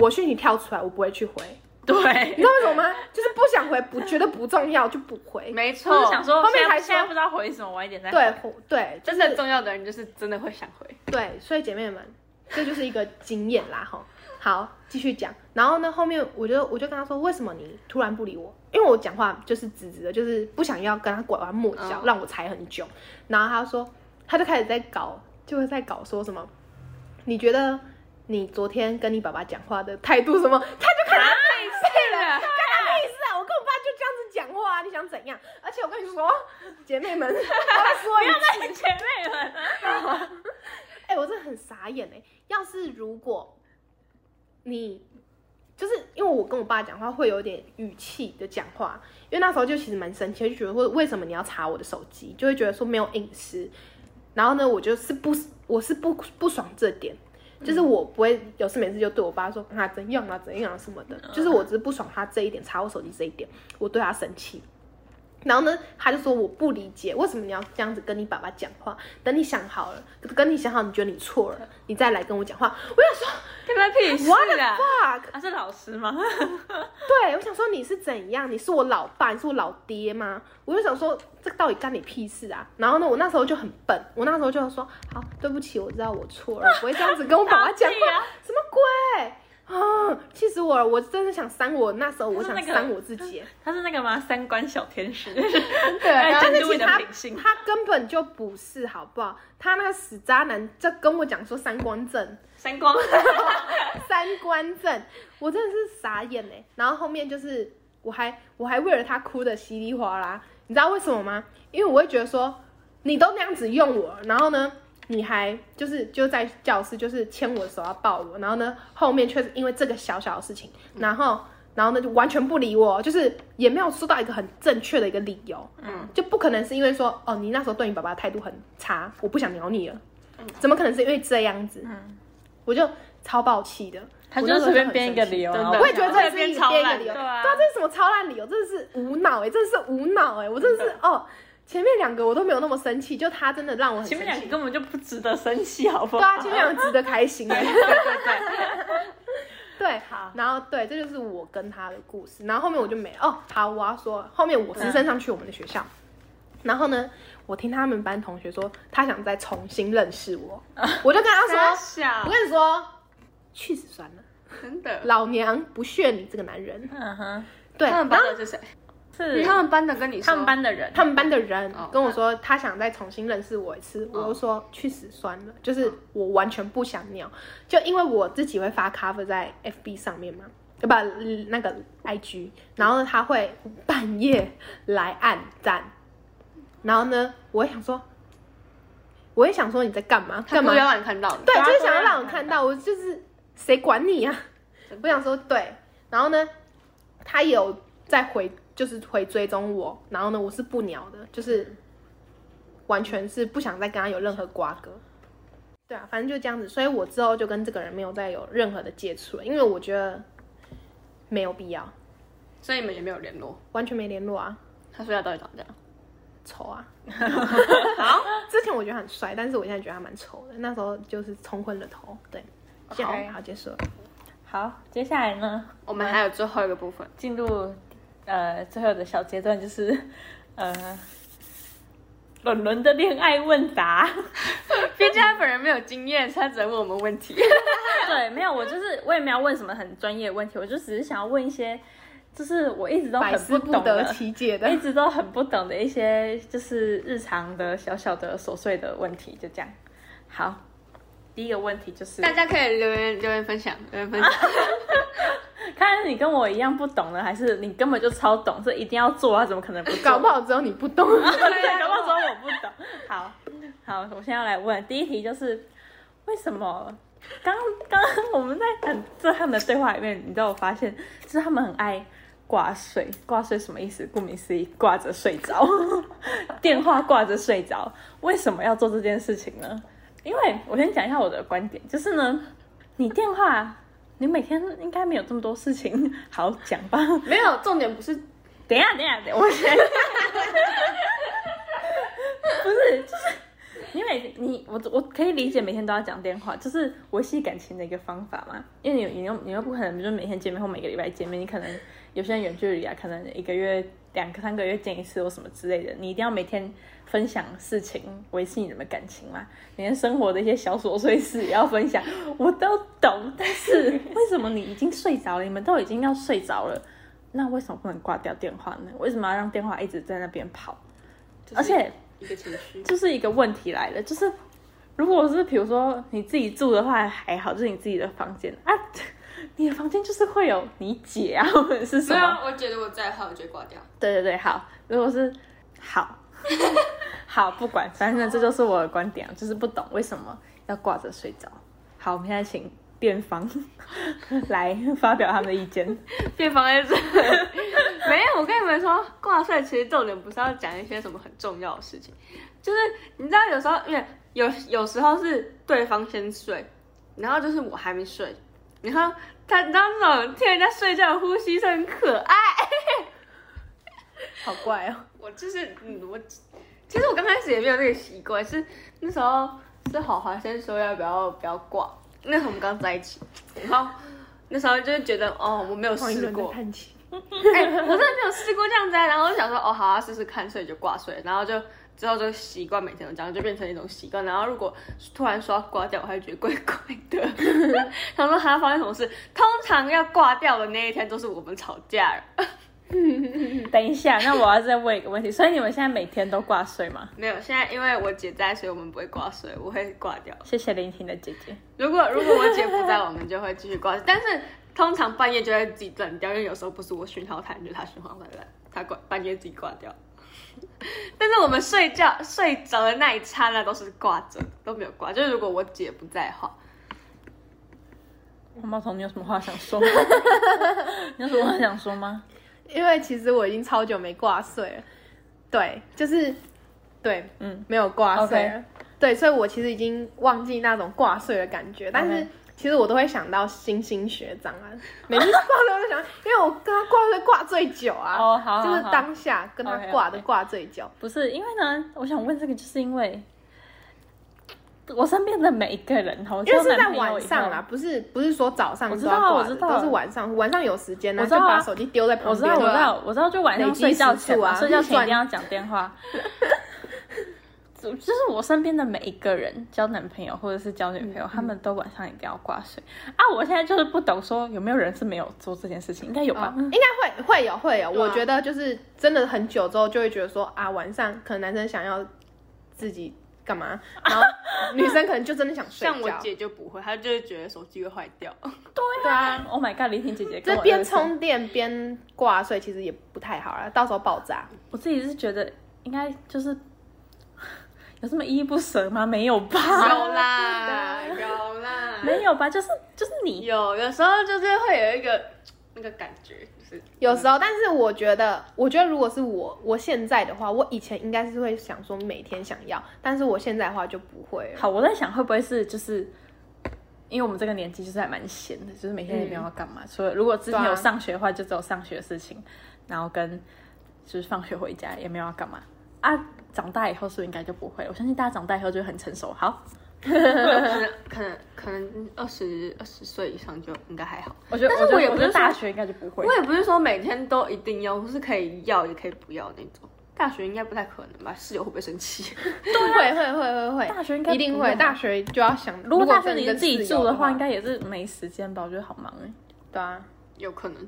C: 我讯息跳出来，我不会去回，你知
B: 对。
C: 道为什 么吗？就是不想回，不觉得不重要就不回。
A: 嗯没
B: 就
A: 错
B: 是。想说，
C: 后面
B: 现在
C: 才说
B: 现在不知道回什么，晚一点再回。啊
C: 对回对，就
A: 真
C: 是
A: 正重要的人就是真的会想 回，
C: 对，所以姐妹们，这就是一个经验啦吼。好，继续讲。然后呢，后面我就我就跟他说，为什么你突然不理我？因为我讲话就是直直的，就是不想要跟他拐弯抹角，
A: 嗯
C: 让我猜很久。然后他说，他就开始在搞，就是在搞说什么，你觉得你昨天跟你爸爸讲话的态度什么？他就开始背背了，干他屁事啊！我跟我爸就这样子讲话、啊，你想怎样？而且我跟你说， 姐妹们，我要说一次
B: 对，姐妹们啊，
C: 哎、我真的很傻眼哎、要是如果你就是因为我跟我爸讲话会有点语气的讲话，因为那时候就其实蛮生气，就觉得说为什么你要查我的手机，就会觉得说没有隐私。然后呢，我就是不我是不不爽这点，就是我不会有事没事就对我爸说啊怎样啊怎样啊什么的，就是我只是不爽他这一点，查我手机这一点，我对他生气。然后呢，他就说我不理解，为什么你要这样子跟你爸爸讲话？等你想好了，跟你想好，你觉得你错了，你再来跟我讲话。我想说
A: 干他屁事
C: ，What the
A: 啊！
C: fuck？
B: 啊是老师吗？
C: 对，我想说你是怎样？你是我老爸，你是我老爹吗？我就想说这个到底干你屁事啊？然后呢，我那时候就很笨，我那时候就说好，对不起，我知道我错了，我不会这样子跟我爸爸
B: 生
C: 讲话
B: 气啊，
C: 什么鬼？啊啊，气死我了！我真的想删我那时候，我
B: 他是
C: 想
B: 那个
C: 删我 自己。
B: 他是那个吗？三观小天 使，
C: 对，
B: 哎
C: 但
B: 监
C: 是
B: 督你
C: 其实
B: 的
C: 他
B: 秉性
C: 他根本就不是，好不好？他那个死渣男，这跟我讲说三观正，
B: 三光。
C: 三观正，我真的是傻眼哎。然后后面就是，我还我还为了他哭的稀里哗啦，你知道为什么吗？因为我会觉得说，你都那样子用我，然后呢，你还就是就在教室就是牵我的手要抱我，然后呢，后面却是因为这个小小的事情，然后然后呢就完全不理我，就是也没有说到一个很正确的一个理由，
B: 嗯，
C: 就不可能是因为说哦，你那时候对你爸爸态度很差，我不想鸟你了，怎么可能是因为这样子？
B: 嗯
C: 我就超爆气的，
B: 他
C: 我
B: 就
C: 那
B: 是
C: 时候
B: 随便
C: 很
B: 编一个
C: 生气
B: 理由，
A: 真
B: 然
A: 的
B: 后
C: 我也觉得这
A: 这
C: 是
A: 边
C: 一
A: 超
C: 编一个
A: 烂
C: 理由，
B: 对啊
C: 对啊，这是什么超烂理由？真的是无脑哎、欸，真的是无脑哎、欸，我真的是哦，前面两个我都没有那么生气，就他真的让我很
B: 前
C: 生
B: 面两个
C: 气。
B: 根本就不值得生气，好不
C: 对
B: 好？
C: 啊，前面两个值得 开心哎、欸，
B: 对对对，
C: 对
B: 好，
C: 然后对，这就是我跟他的故事，然后后面我就没了哦。好，我要说后面我是
B: 嗯
C: 升上去我们的学校，然后呢，我听他们班同学说他想再重新认识我，
B: 啊
C: 我就跟他
B: 傻
C: 说，我
B: 小，
C: 跟你说，去死算了，
B: 真的。
C: 老娘不屑你这个男人。
B: 嗯哼，
C: 对，
B: 他
C: 然
B: 们
C: 后
B: 班的是谁？是
A: 嗯他们班的跟你说，
B: 他们班的人。
C: 他们班的人
A: 哦
C: 跟我说，他想再重新认识我一次，我就说去死算了，就是我完全不想鸟，就因为我自己会发 cover 在 FB 上面嘛，呃不嗯那个 IG，然后呢他会半夜来暗赞，然后呢我会想说，我也想说你在干嘛
A: 他
C: 干嘛
A: 故意要让你看到的，
C: 对，
B: 大家
C: 就是
B: 都
C: 想要
B: 让
C: 让
B: 你
C: 我
B: 看
C: 看到，我就是谁管你啊？我想说对，然后呢，他也有在回，就是回追踪我，然后呢，我是不鸟的，就是完全是不想再跟他有任何瓜葛。对啊，反正就这样子，所以我之后就跟这个人没有再有任何的接触了，因为我觉得没有必要，
A: 所以你们也没有联络。
C: 完全没联络啊，
A: 他说他到底长这样，
C: 丑啊。之前我觉得很帅，但是我现在觉得他蛮丑的，那时候就是冲昏了头。对，这样好结束了。
B: 好，接下来呢，
A: 我们还有最后一个部分，
B: 进入呃最后的小阶段，就是呃伦伦的恋爱问答。
A: 毕竟他本人没有经验，他只能问我们问题。
B: 对，没有，我就是我也没有问什么很专业的问题，我就只是想要问一些，就是我一直都
C: 百
B: 很
C: 思不
B: 懂
C: 得
B: 的。哎
C: 其解的
B: 我。一直都很不懂的一些，就是日常的小小的琐碎的问题，就这样。好，第一个问题就是，
A: 大家可以留言留言分享，留言分 享。
B: 看你跟我一样不懂的，还是你根本就超懂，这一定要做啊？怎么可能不做？
C: 搞不好只有你不懂。
A: 啊
B: 对，搞不好说我不懂。好，好，我现在要来问第一题，就是为什么刚刚我们在很震撼的对话里面，你知道我发现，就是他们很爱挂睡，挂睡什么意思？顾名思义，挂着睡着， 电话挂着睡着。为什么要做这件事情呢？因为我先讲一下我的观点，就是呢，你电话。你每天应该没有这么多事情好讲吧？
A: 没有，重点不是
B: 等一下，等一下，等一下我先。 不是，就是你每你我我可以理解每天都要讲电话，就是维系感情的一个方法嘛。因为你你又你又不可能就是每天见面或每个礼拜见面，你可能有些人远距离啊，可能一个月两三个月见一次或什么之类的，你一定要每天分享事情，维系你们感情嘛。你连生活的一些小琐碎事也要分享，我都懂。但是为什么你已经睡着了，你们都已经要睡着了？那为什么不能挂掉电话呢？为什么要让电话一直在那边跑？而且
A: 一个情绪，
B: 就是一个问题来了，就是如果是比如说你自己住的话还好，就是你自己的房间啊， 你的房间就是会有你姐啊或者是什
A: 没有
B: 么，，
A: 我觉得我在的话，我就挂掉。
B: 对对对，好，如果是 好，好不管，反正这就是我的观点，啊就是不懂为什么要挂着睡着。好，我们现在请辩方 来发表他们的意见。
A: 变方 A 没有，我跟你们说，挂帅其实重点不是要讲一些什么很重要的事情，就是你知道有时候，因为有有时候是对方先睡，然后就是我还没睡，然后他你知道那种听人家睡觉的呼吸声很可爱，
C: 好怪哦。
A: 我就是嗯，我其实我刚开始也没有这个习惯，是那时候是华华先说要不要不要挂，那时候我们刚在一起，然后那时候就是觉得哦我没有
C: 黄一
A: 试
C: 伦在
A: 过，
C: 叹气。
A: 哎、我真的没有试过这样子啊。然后我就想说，哦，好啊，试试看，所以就挂睡，然后就之后就习惯每天都这样，就变成一种习惯。然后如果突然说要刮掉，我还觉得怪怪的。想说他发生什么事？通常要挂掉的那一天，都是我们吵架了。
B: 等一下，那我要再问一个问题，所以你们现在每天都挂睡吗？
A: 没有，现在因为我姐在，所以我们不会挂水，我会挂掉。
B: 谢谢聆听的姐姐。
A: 如果如果我姐不在，我们就会继续挂。但是通常半夜就会自己断掉，因为有时候不是我讯号弹，就是她讯号弹烂，她挂半夜自己挂掉。 但是我们睡觉睡着的那一刹那都是挂着，都没有挂。就是如果我姐不在的话，
B: 毛毛虫，你有什么话想说 吗？你有什么话想说吗？
C: 因为其实我已经超久没挂睡了，对，就是对，
B: 嗯
C: 嗯，没有挂睡
B: OK
C: 了对，所以我其实已经忘记那种挂睡的感觉，但是
B: OK。
C: 其实我都会想到星星学长 啊，每次挂睡我都想，因为我跟他挂睡挂最久啊，
B: 哦好好
C: 就是
B: 好
C: 当下跟他
B: OK，OK
C: 挂的挂最久。
B: 不是，因为呢，我想问这个，就是因为我身边的每一个人，好，
C: 因为是
B: 除了
C: 在
B: 男朋友
C: 晚
B: 以
C: 上
B: 外
C: 啦，。不是不是说早上
B: 我知
C: 都要
B: 道
C: 挂
B: 我
C: 的
B: 知道
C: 都是晚上，晚上有时间呢、
B: 我知
C: 就
B: 道啊
C: 把手机丢在旁
B: 我
C: 边。
B: 知道，我知道，我知道，就晚上睡觉前嘛
C: 累积时数啊
B: 睡觉前一定要讲电 话。就是我身边的每一个人交男朋友或者是交女
C: 嗯
B: 朋友，他们都晚上一定要挂水啊！我现在就是不懂，说有没有人是没有做这件事情，应该有吧？
C: 应该会会有会有，
B: 啊
C: 我觉得就是真的很久之后就会觉得说啊，晚上可能男生想要自己干 嘛，然后女生可能就真的想睡
A: 像我
C: 觉，
A: 姐就不会，她就会觉得手机会坏 掉。
C: 对啊，
B: Oh my god，李婷姐姐跟
C: 这
B: 我
C: 边
B: 儿子
C: 充电边挂睡其实也不太好啦，到时候爆炸。
B: 我自己是觉得应该就是 有这么依依不舍吗？没有 吧？
A: 有啦，有啦，
B: 没有吧？就是就是你
A: 有有时候就是会有一个那个感觉，就是
C: 有时候，但是我觉得，我觉得如果是我，我现在的话，我以前应该是会想说每天想要，但是我现在的话就不会了。
B: 好，我在想会不会是就是。因为我们这个年纪就是还蛮闲的，就是每天也没有要干嘛。所以如果之前
C: 对啊
B: 有上学的话，就只有上学的事情，然后跟就是放学回家也没有要干嘛啊。长大以后是不是应该就不会了？我相信大家长大以后就很成熟。好，
A: 可能可能二十二十岁以上就应该还好。
B: 我觉得，
A: 但是
B: 我觉得
A: 我也
B: 我
A: 不
B: 觉得
A: 是
B: 大
A: 说
B: 学应该就不会。
A: 我也不是说每天都一定要，我是可以要也可以不要那种。大学应该不太可能吧？室友会不会生气？
C: 会会会会会，
B: 啊大学应该
C: 一定
B: 不用
C: 会，
B: 吧
C: 大学就要想，
B: 如果大学
C: 真
B: 你
C: 的
B: 是
C: 跟
B: 自己
C: 室
B: 住
C: 友
B: 的
C: 的
B: 话，应该也是没时间吧？我觉得好忙哎、
C: 对啊。
A: 有可能。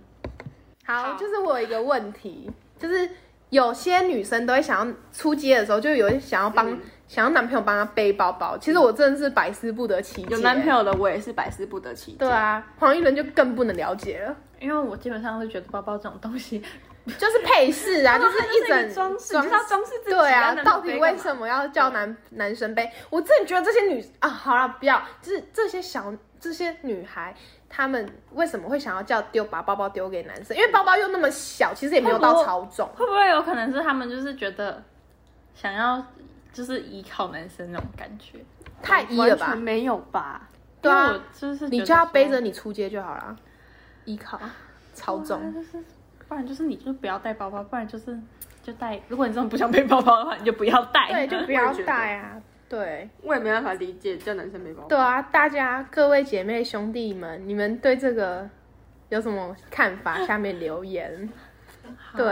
C: 好，
A: 好
C: 就是我有一个问题，就是有些女生都会想要出街的时候，就有想要帮、
A: 嗯
C: 想要男朋友帮她背包包。其实我真的是百思不得其解。
A: 有男朋？友的我也是百思不得其解。
C: 对，啊，黄一伦就更不能了解了，
B: 因为我基本上是觉得包包这种东西，
C: 就是配 饰啊，就是一
A: 整
C: 整
A: 装饰，就是要装饰自己。
C: 对啊
A: 要，能
C: 到
A: 背
C: 底
A: 干
C: 为
A: 嘛
C: 什么要叫男男生背？我真的觉得这些女啊，好了，不要，就是这些小这些女孩，她们为什么会想要叫丢把包包丢给男生？因为包包又那么小，其实也没有
B: 会不
C: 到
B: 会
C: 超重。
B: 会不会有可能是他们就是觉得想要就是依靠男生那种感觉？
C: 太一了
A: 完
C: 吧
A: 全？没有吧？
C: 对
B: 因为
C: 啊
B: 我，就是
C: 你
B: 觉得
C: 就要
B: 说
C: 背着，你出街就好了，依靠超重。
B: 不然就是你就不要带包包，不然就是就带。如果你真的不想背包包的话，你就不要带。
C: 对，就不
A: 我
C: 要
A: 也觉得
C: 带啊。对
A: 我也没办法理解，叫男生没包包。
C: 对啊，大家各位姐妹兄弟们，你们对这个有什么看法？下面留言。对，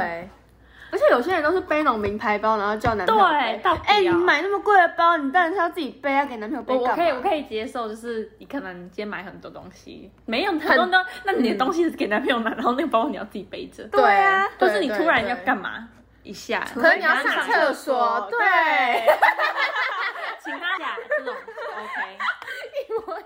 A: 而且有些人都是背那种名牌包，然后叫男朋友
B: 对，
A: 背。
B: 到底
A: 哎、你
B: 要
A: 买那么贵的包，你当然是要自己背啊，给男朋友背
B: 我我
A: 干
B: 可以
A: 嘛
B: 我可以接受，就是你可能今天买很多东西，没有很多呢，那你的东西是给男朋友拿，然后那个包你要自己背着，
A: 对啊
B: 或是你突然要干
C: 嘛？
B: 嘛一下，
C: 可能你要上厕所，对，
B: 请他假这 种 OK。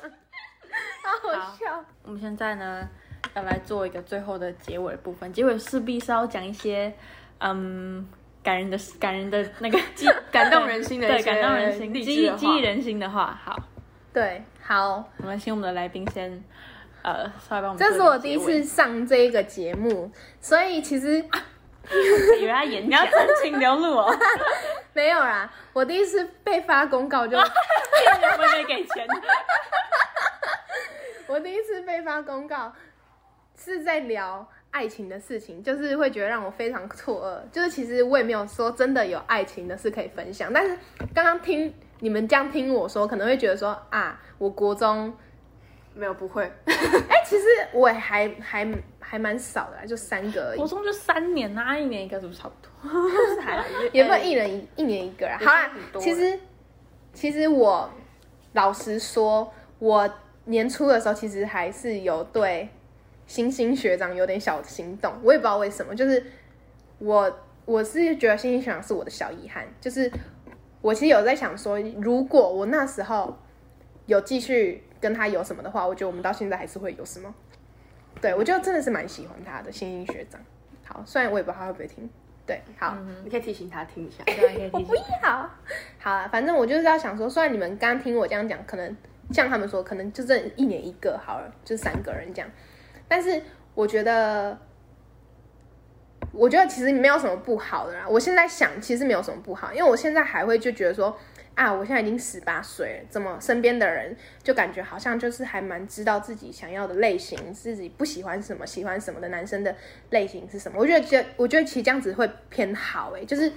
C: 好好笑。
B: 我们现在呢要来做一个最后的结尾部分，结尾势必是要讲一些嗯感人的感人的那个激
A: 感动人心的一
B: 对
A: 些
B: 感动人心
A: 励志
B: 激
A: 的
B: 激
A: 话
B: 励人心的话。好，
C: 对，好，
B: 我们请我们的来宾先呃稍微帮我们做
C: 这
B: 个结尾，
C: 是我第一次上这个节目，所以其实
B: 以为他演你要真情流露 哦，
C: 没有啦，我第一次被发公告就，
B: 我也没给钱。
C: 我第一次被发公告是在聊爱情的事情，就是会觉得让我非常错愕，就是其实我也没有说真的有爱情的事可以分享，但是刚刚听你们这样听我说，可能会觉得说啊，我国中
A: 没有不会，
C: 哎、其实我还还还还蛮少的啦，就三个而已
D: 国，中就三年啊，一年应该是不是差不 多？
C: 也不能一人一一年一个啦。好啦
B: 也是很，多
C: 其实其实我老实说，我年初的时候其实还是有对星星学长有点小心动，我也不知道为什么，就是我我是觉得星星学长是我的小遗憾，就是我其实有在想说，如果我那时候有继续跟他有什么的话，我觉得我们到现在还是会有什么。对，我就真的是蛮喜欢他的星星学长。好，虽然我也不知道他会不会听。对，好，
A: 你可以提醒他听一下。
B: 啊
D: 对，
C: 我不要。 好啊，反正我就是要想说，虽然你们刚听我这样讲，可能像他们说，可能就剩一年一个好了，就三个人这样。但是我觉得，我觉得其实没有什么不好的啦。我现在想，其实没有什么不好，因为我现在还会就觉得说，啊，我现在已经十八岁了，怎么身边的人就感觉好像就是还蛮知道自己想要的类型，自己不喜欢什么、喜欢什么的男生的类型是什么？我觉得觉，我觉得其实这样子会偏好、欸，就是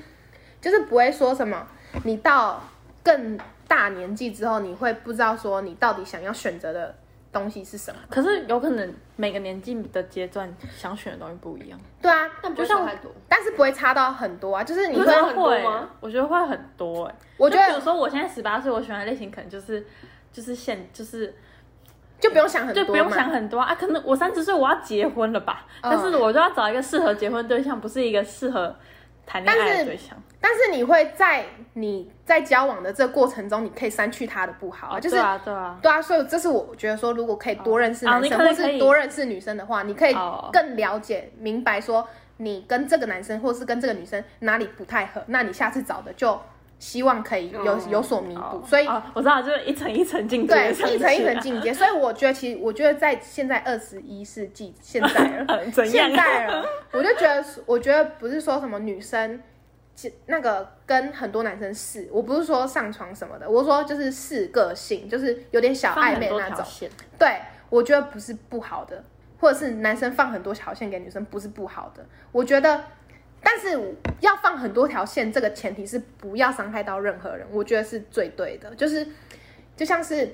C: 就是不会说什么，你到更大年纪之后，你会不知道说你到底想要选择的东西是什么。
D: 可是有可能每个年纪的阶段想选的东西不一样，
C: 对啊，
A: 但
D: 就像
A: 太多，
C: 但是不会差到很多啊，就是你
A: 不
C: 会
A: 是，很多
D: 会
A: 吗，
D: 我觉得会很多哎、
C: 我觉
D: 就比如
C: 得
D: 说我现在十八岁，我喜欢的类型可能就是就是现就是
C: 就不用想很多
D: 就
C: 嘛，
D: 不用想很多啊，啊可能我三十岁我要结婚了吧，
C: 嗯
D: 但是我就要找一个适合结婚对象，不是一个适合谈恋爱
C: 但是
D: 的对象。
C: 但是你会在你在交往的这个过程中，你可以删去他的不好啊，就是
D: 对啊对啊，
C: 对啊，所以这是我觉得说，如果可以多认识
D: 哦
C: 男
D: 你
C: 生，
D: 可以
C: 或
D: 可以
C: 是多认识女生的话，你可以
D: 哦
C: 更了解、明白说你跟这个男生或是跟这个女生哪里不太合，那你下次找的就希望可以有、
A: 嗯
C: 有所弥补。所以、
D: 哦，我知道，就是一层一层进阶
C: 对
D: 上去啊，
C: 一层 一层进阶，所以我觉得其实我觉得在现在二十一世纪现在了，
D: 呃 怎样
C: 现在了，我就觉得，我觉得不是说什么女生，其那个跟很多男生试，我不是说上床什么的，我是说就是试个性，就是有点 小
D: 放
C: 啊暧
D: 很
C: 昧
D: 多
C: 那
D: 条
C: 种。
D: 线。
C: 对，我觉得不是不好的，或者是男生放很多条线给女生不是不好的，我觉得，但是要放很多条线，这个前提是不要伤害到任何人，我觉得是最对的，就是就像是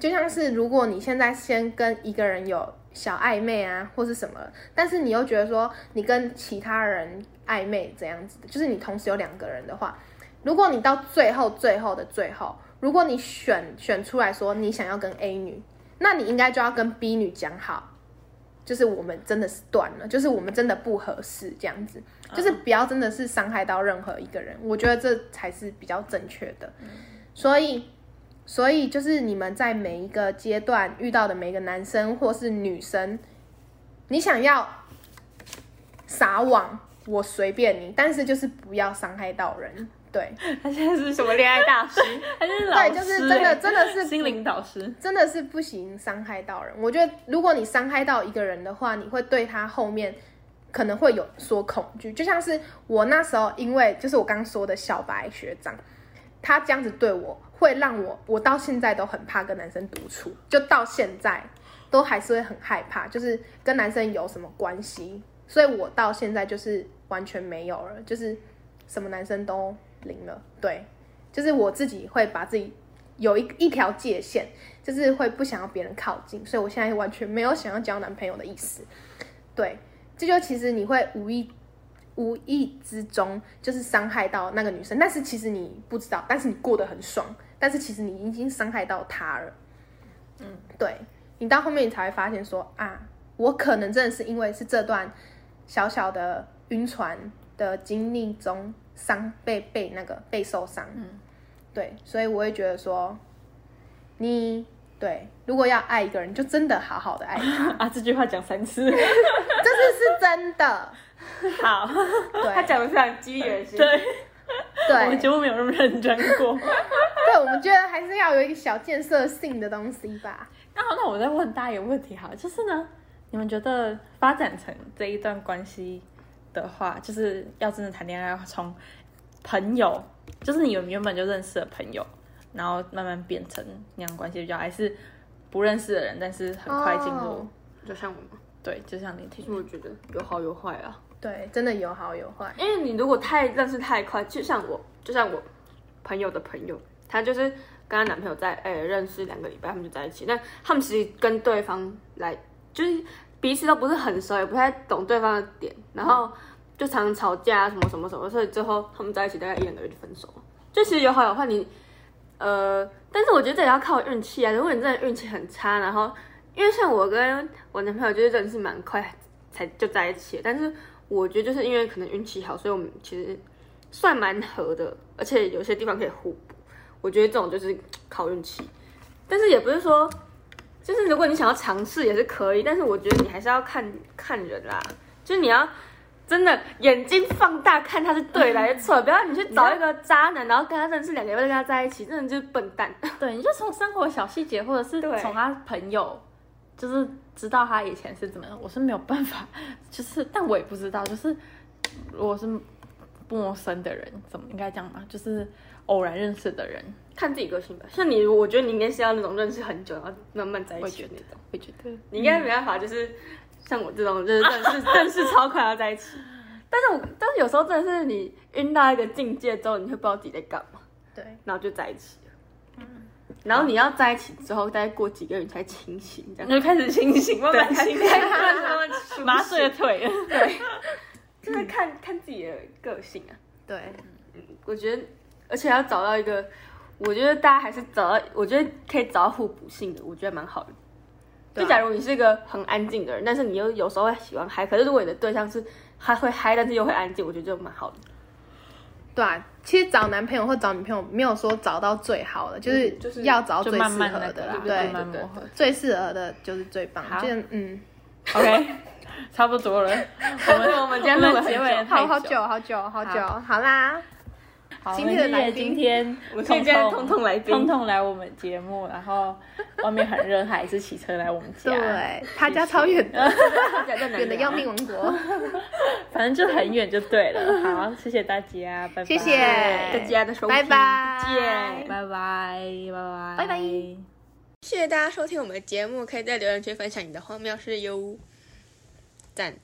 C: 就像是如果你现在先跟一个人有小暧昧啊，或是什么，但是你又觉得说你跟其他人暧昧这样子的，就是你同时有两个人的话，如果你到最后最后的最后，如果你选选出来说你想要跟 A 女，那你应该就要跟 B 女讲好，就是我们真的是断了，就是我们真的不合适这样子，
D: 嗯
C: 就是不要真的是伤害到任何一个人，我觉得这才是比较正确的。所以，所以就是你们在每一个阶段遇到的每一个男生或是女生，你想要撒网，我随便你，但是就是不要伤害到人。对，
D: 他现在是
A: 什么恋爱大师？
D: 他现在是老师，欸
C: 对，就是真的，真的是
D: 心灵导师。
C: 真的是不行伤害到人。我觉得如果你伤害到一个人的话，你会对他后面可能会有所恐惧。就像是我那时候，因为就是我刚说的小白学长，他这样子对我，会让我我到现在都很怕跟男生独处，就到现在都还是会很害怕，就是跟男生有什么关系。所以我到现在就是完全没有了，就是什么男生都零了。对，就是我自己会把自己有一一条界限。就是会不想要别人靠近，所以我现在完全没有想要交男朋友的意思。对，这就其实你会无意无意之中就是伤害到那个女生，但是其实你不知道，但是你过得很爽，但是其实你已经伤害到她了。嗯，对你到后面你才会发现说啊，我可能真的是因为是这段小小的晕船的经历中伤被被那个被受伤。嗯，对，所以我会觉得说。你对，如果要爱一个人，就真的好好的爱他，
D: 啊，这句话讲三 次。
C: 这是是真的。
D: 好，
A: 他
C: 对
A: 讲的非常激人心。
D: 对，我们
C: 对
D: 节目没有那么认真过。
C: 对，我们觉得还是要有一个小建设性的东西吧。
D: 那好，那我再问大家一个问题，好了，就是呢，你们觉得发展成这一段关系的话，就是要真的谈恋爱，要从朋友，就是你们原本就认识的朋友，然后慢慢变成那样关系比较好，还是不认识的人，但是很快进入
C: 哦
A: 就像我嘛，
D: 对，就像你听
A: 其，实我觉得有好有坏啊。
C: 对，真的有好有坏。
A: 因为你如果太认识太快，就像我，就像我朋友的朋友，她就是跟她男哎朋友在诶、认识两个礼拜，他们就在一起。但他们其实跟对方来，就是彼此都不是很熟，也不太懂对方的点，然后就常常吵架什么什么什么，所以最后他们在一起大概一两个月就分手了。就其实有好有坏，你呃，但是我觉得这也要靠运气啊。如果你真的运气很差，然后因为像我跟我男朋友就是认识蛮快才就在一起了，但是我觉得就是因为可能运气好，所以我们其实算蛮合的，而且有些地方可以互补。我觉得这种就是靠运气，但是也不是说，就是如果你想要尝试也是可以，但是我觉得你还是要看看人啦，就是你要真的眼睛放大看他是对的还是错的，不要你去找一个渣男，然后跟他认识两个月再跟他在一起，真的就是笨蛋。
B: 对，你就从生活小细节，或者是
A: 对
B: 从他朋友，就是知道他以前是怎么样。我是没有办法，就是但我也不知道，就是我是陌生的人，怎么应该讲嘛？就是偶然认识的人，
A: 看自己个性吧，像你，我觉得你应该是要那种认识很久，然后慢慢在一
B: 我也
A: 起
B: 觉
A: 的
B: 得
A: 那种。，
B: 会觉得
A: 你应该没办法，就是像我这种，就是认 识认识超快要在一起。但是我，但是有时候真的是你晕到一个境界之后，你会不知道自己在干嘛，
C: 对，
A: 然后就在一起了。然后你要在一起之后，大概过几个月你才清醒，这样
B: 就开始清醒，慢慢清醒， 麻
A: 麻
B: 醉
A: 醉
B: 的腿。
A: 就是看看自己的个性啊。
C: 对，
A: 我觉得，而且要找到一个，我觉得大家还是找到，我觉得可以找到互补性的，我觉得蛮好的。
C: 对
A: 就
C: 啊
A: 假如你是一个很安静的人，但是你又有时候会喜欢嗨，可是如果你的对象是他会嗨，但是又会安静，我觉得就蛮好的。
C: 对啊，其实找男朋友或找女朋友没有说找到最好的，就是
A: 就是
C: 要找
B: 嗯就
C: 最适
B: 慢慢那
C: 合
B: 个
C: 的啦
B: 啦，，
C: 对
B: 慢慢磨合。
C: 最适合的就是最棒，
B: 好
C: 就是嗯，
B: OK，差不多了。我 们我们
A: 今天录了很久
B: 结尾也太
C: 好好久好久好久，
B: 好
C: 好啦，
B: 好，
C: 今天
B: 我
C: 的
B: 们谢
C: 来
B: 谢
C: 宾
B: 今天
A: 我们今天通通来宾
B: 通通来我们节目，然后外面很热，他还是骑车来我们家，，
C: 对，他家超远的，远
A: 远
C: 的要命，王国，
B: 反正就很远就对了。好，谢谢大家，拜拜，
C: 谢谢，
A: 大家的收听，
C: 拜拜
A: 见。
B: 拜拜，拜拜，
C: 拜拜
A: 谢谢大家收听我们的节目，可以在留言区分享你的荒谬事哟，赞。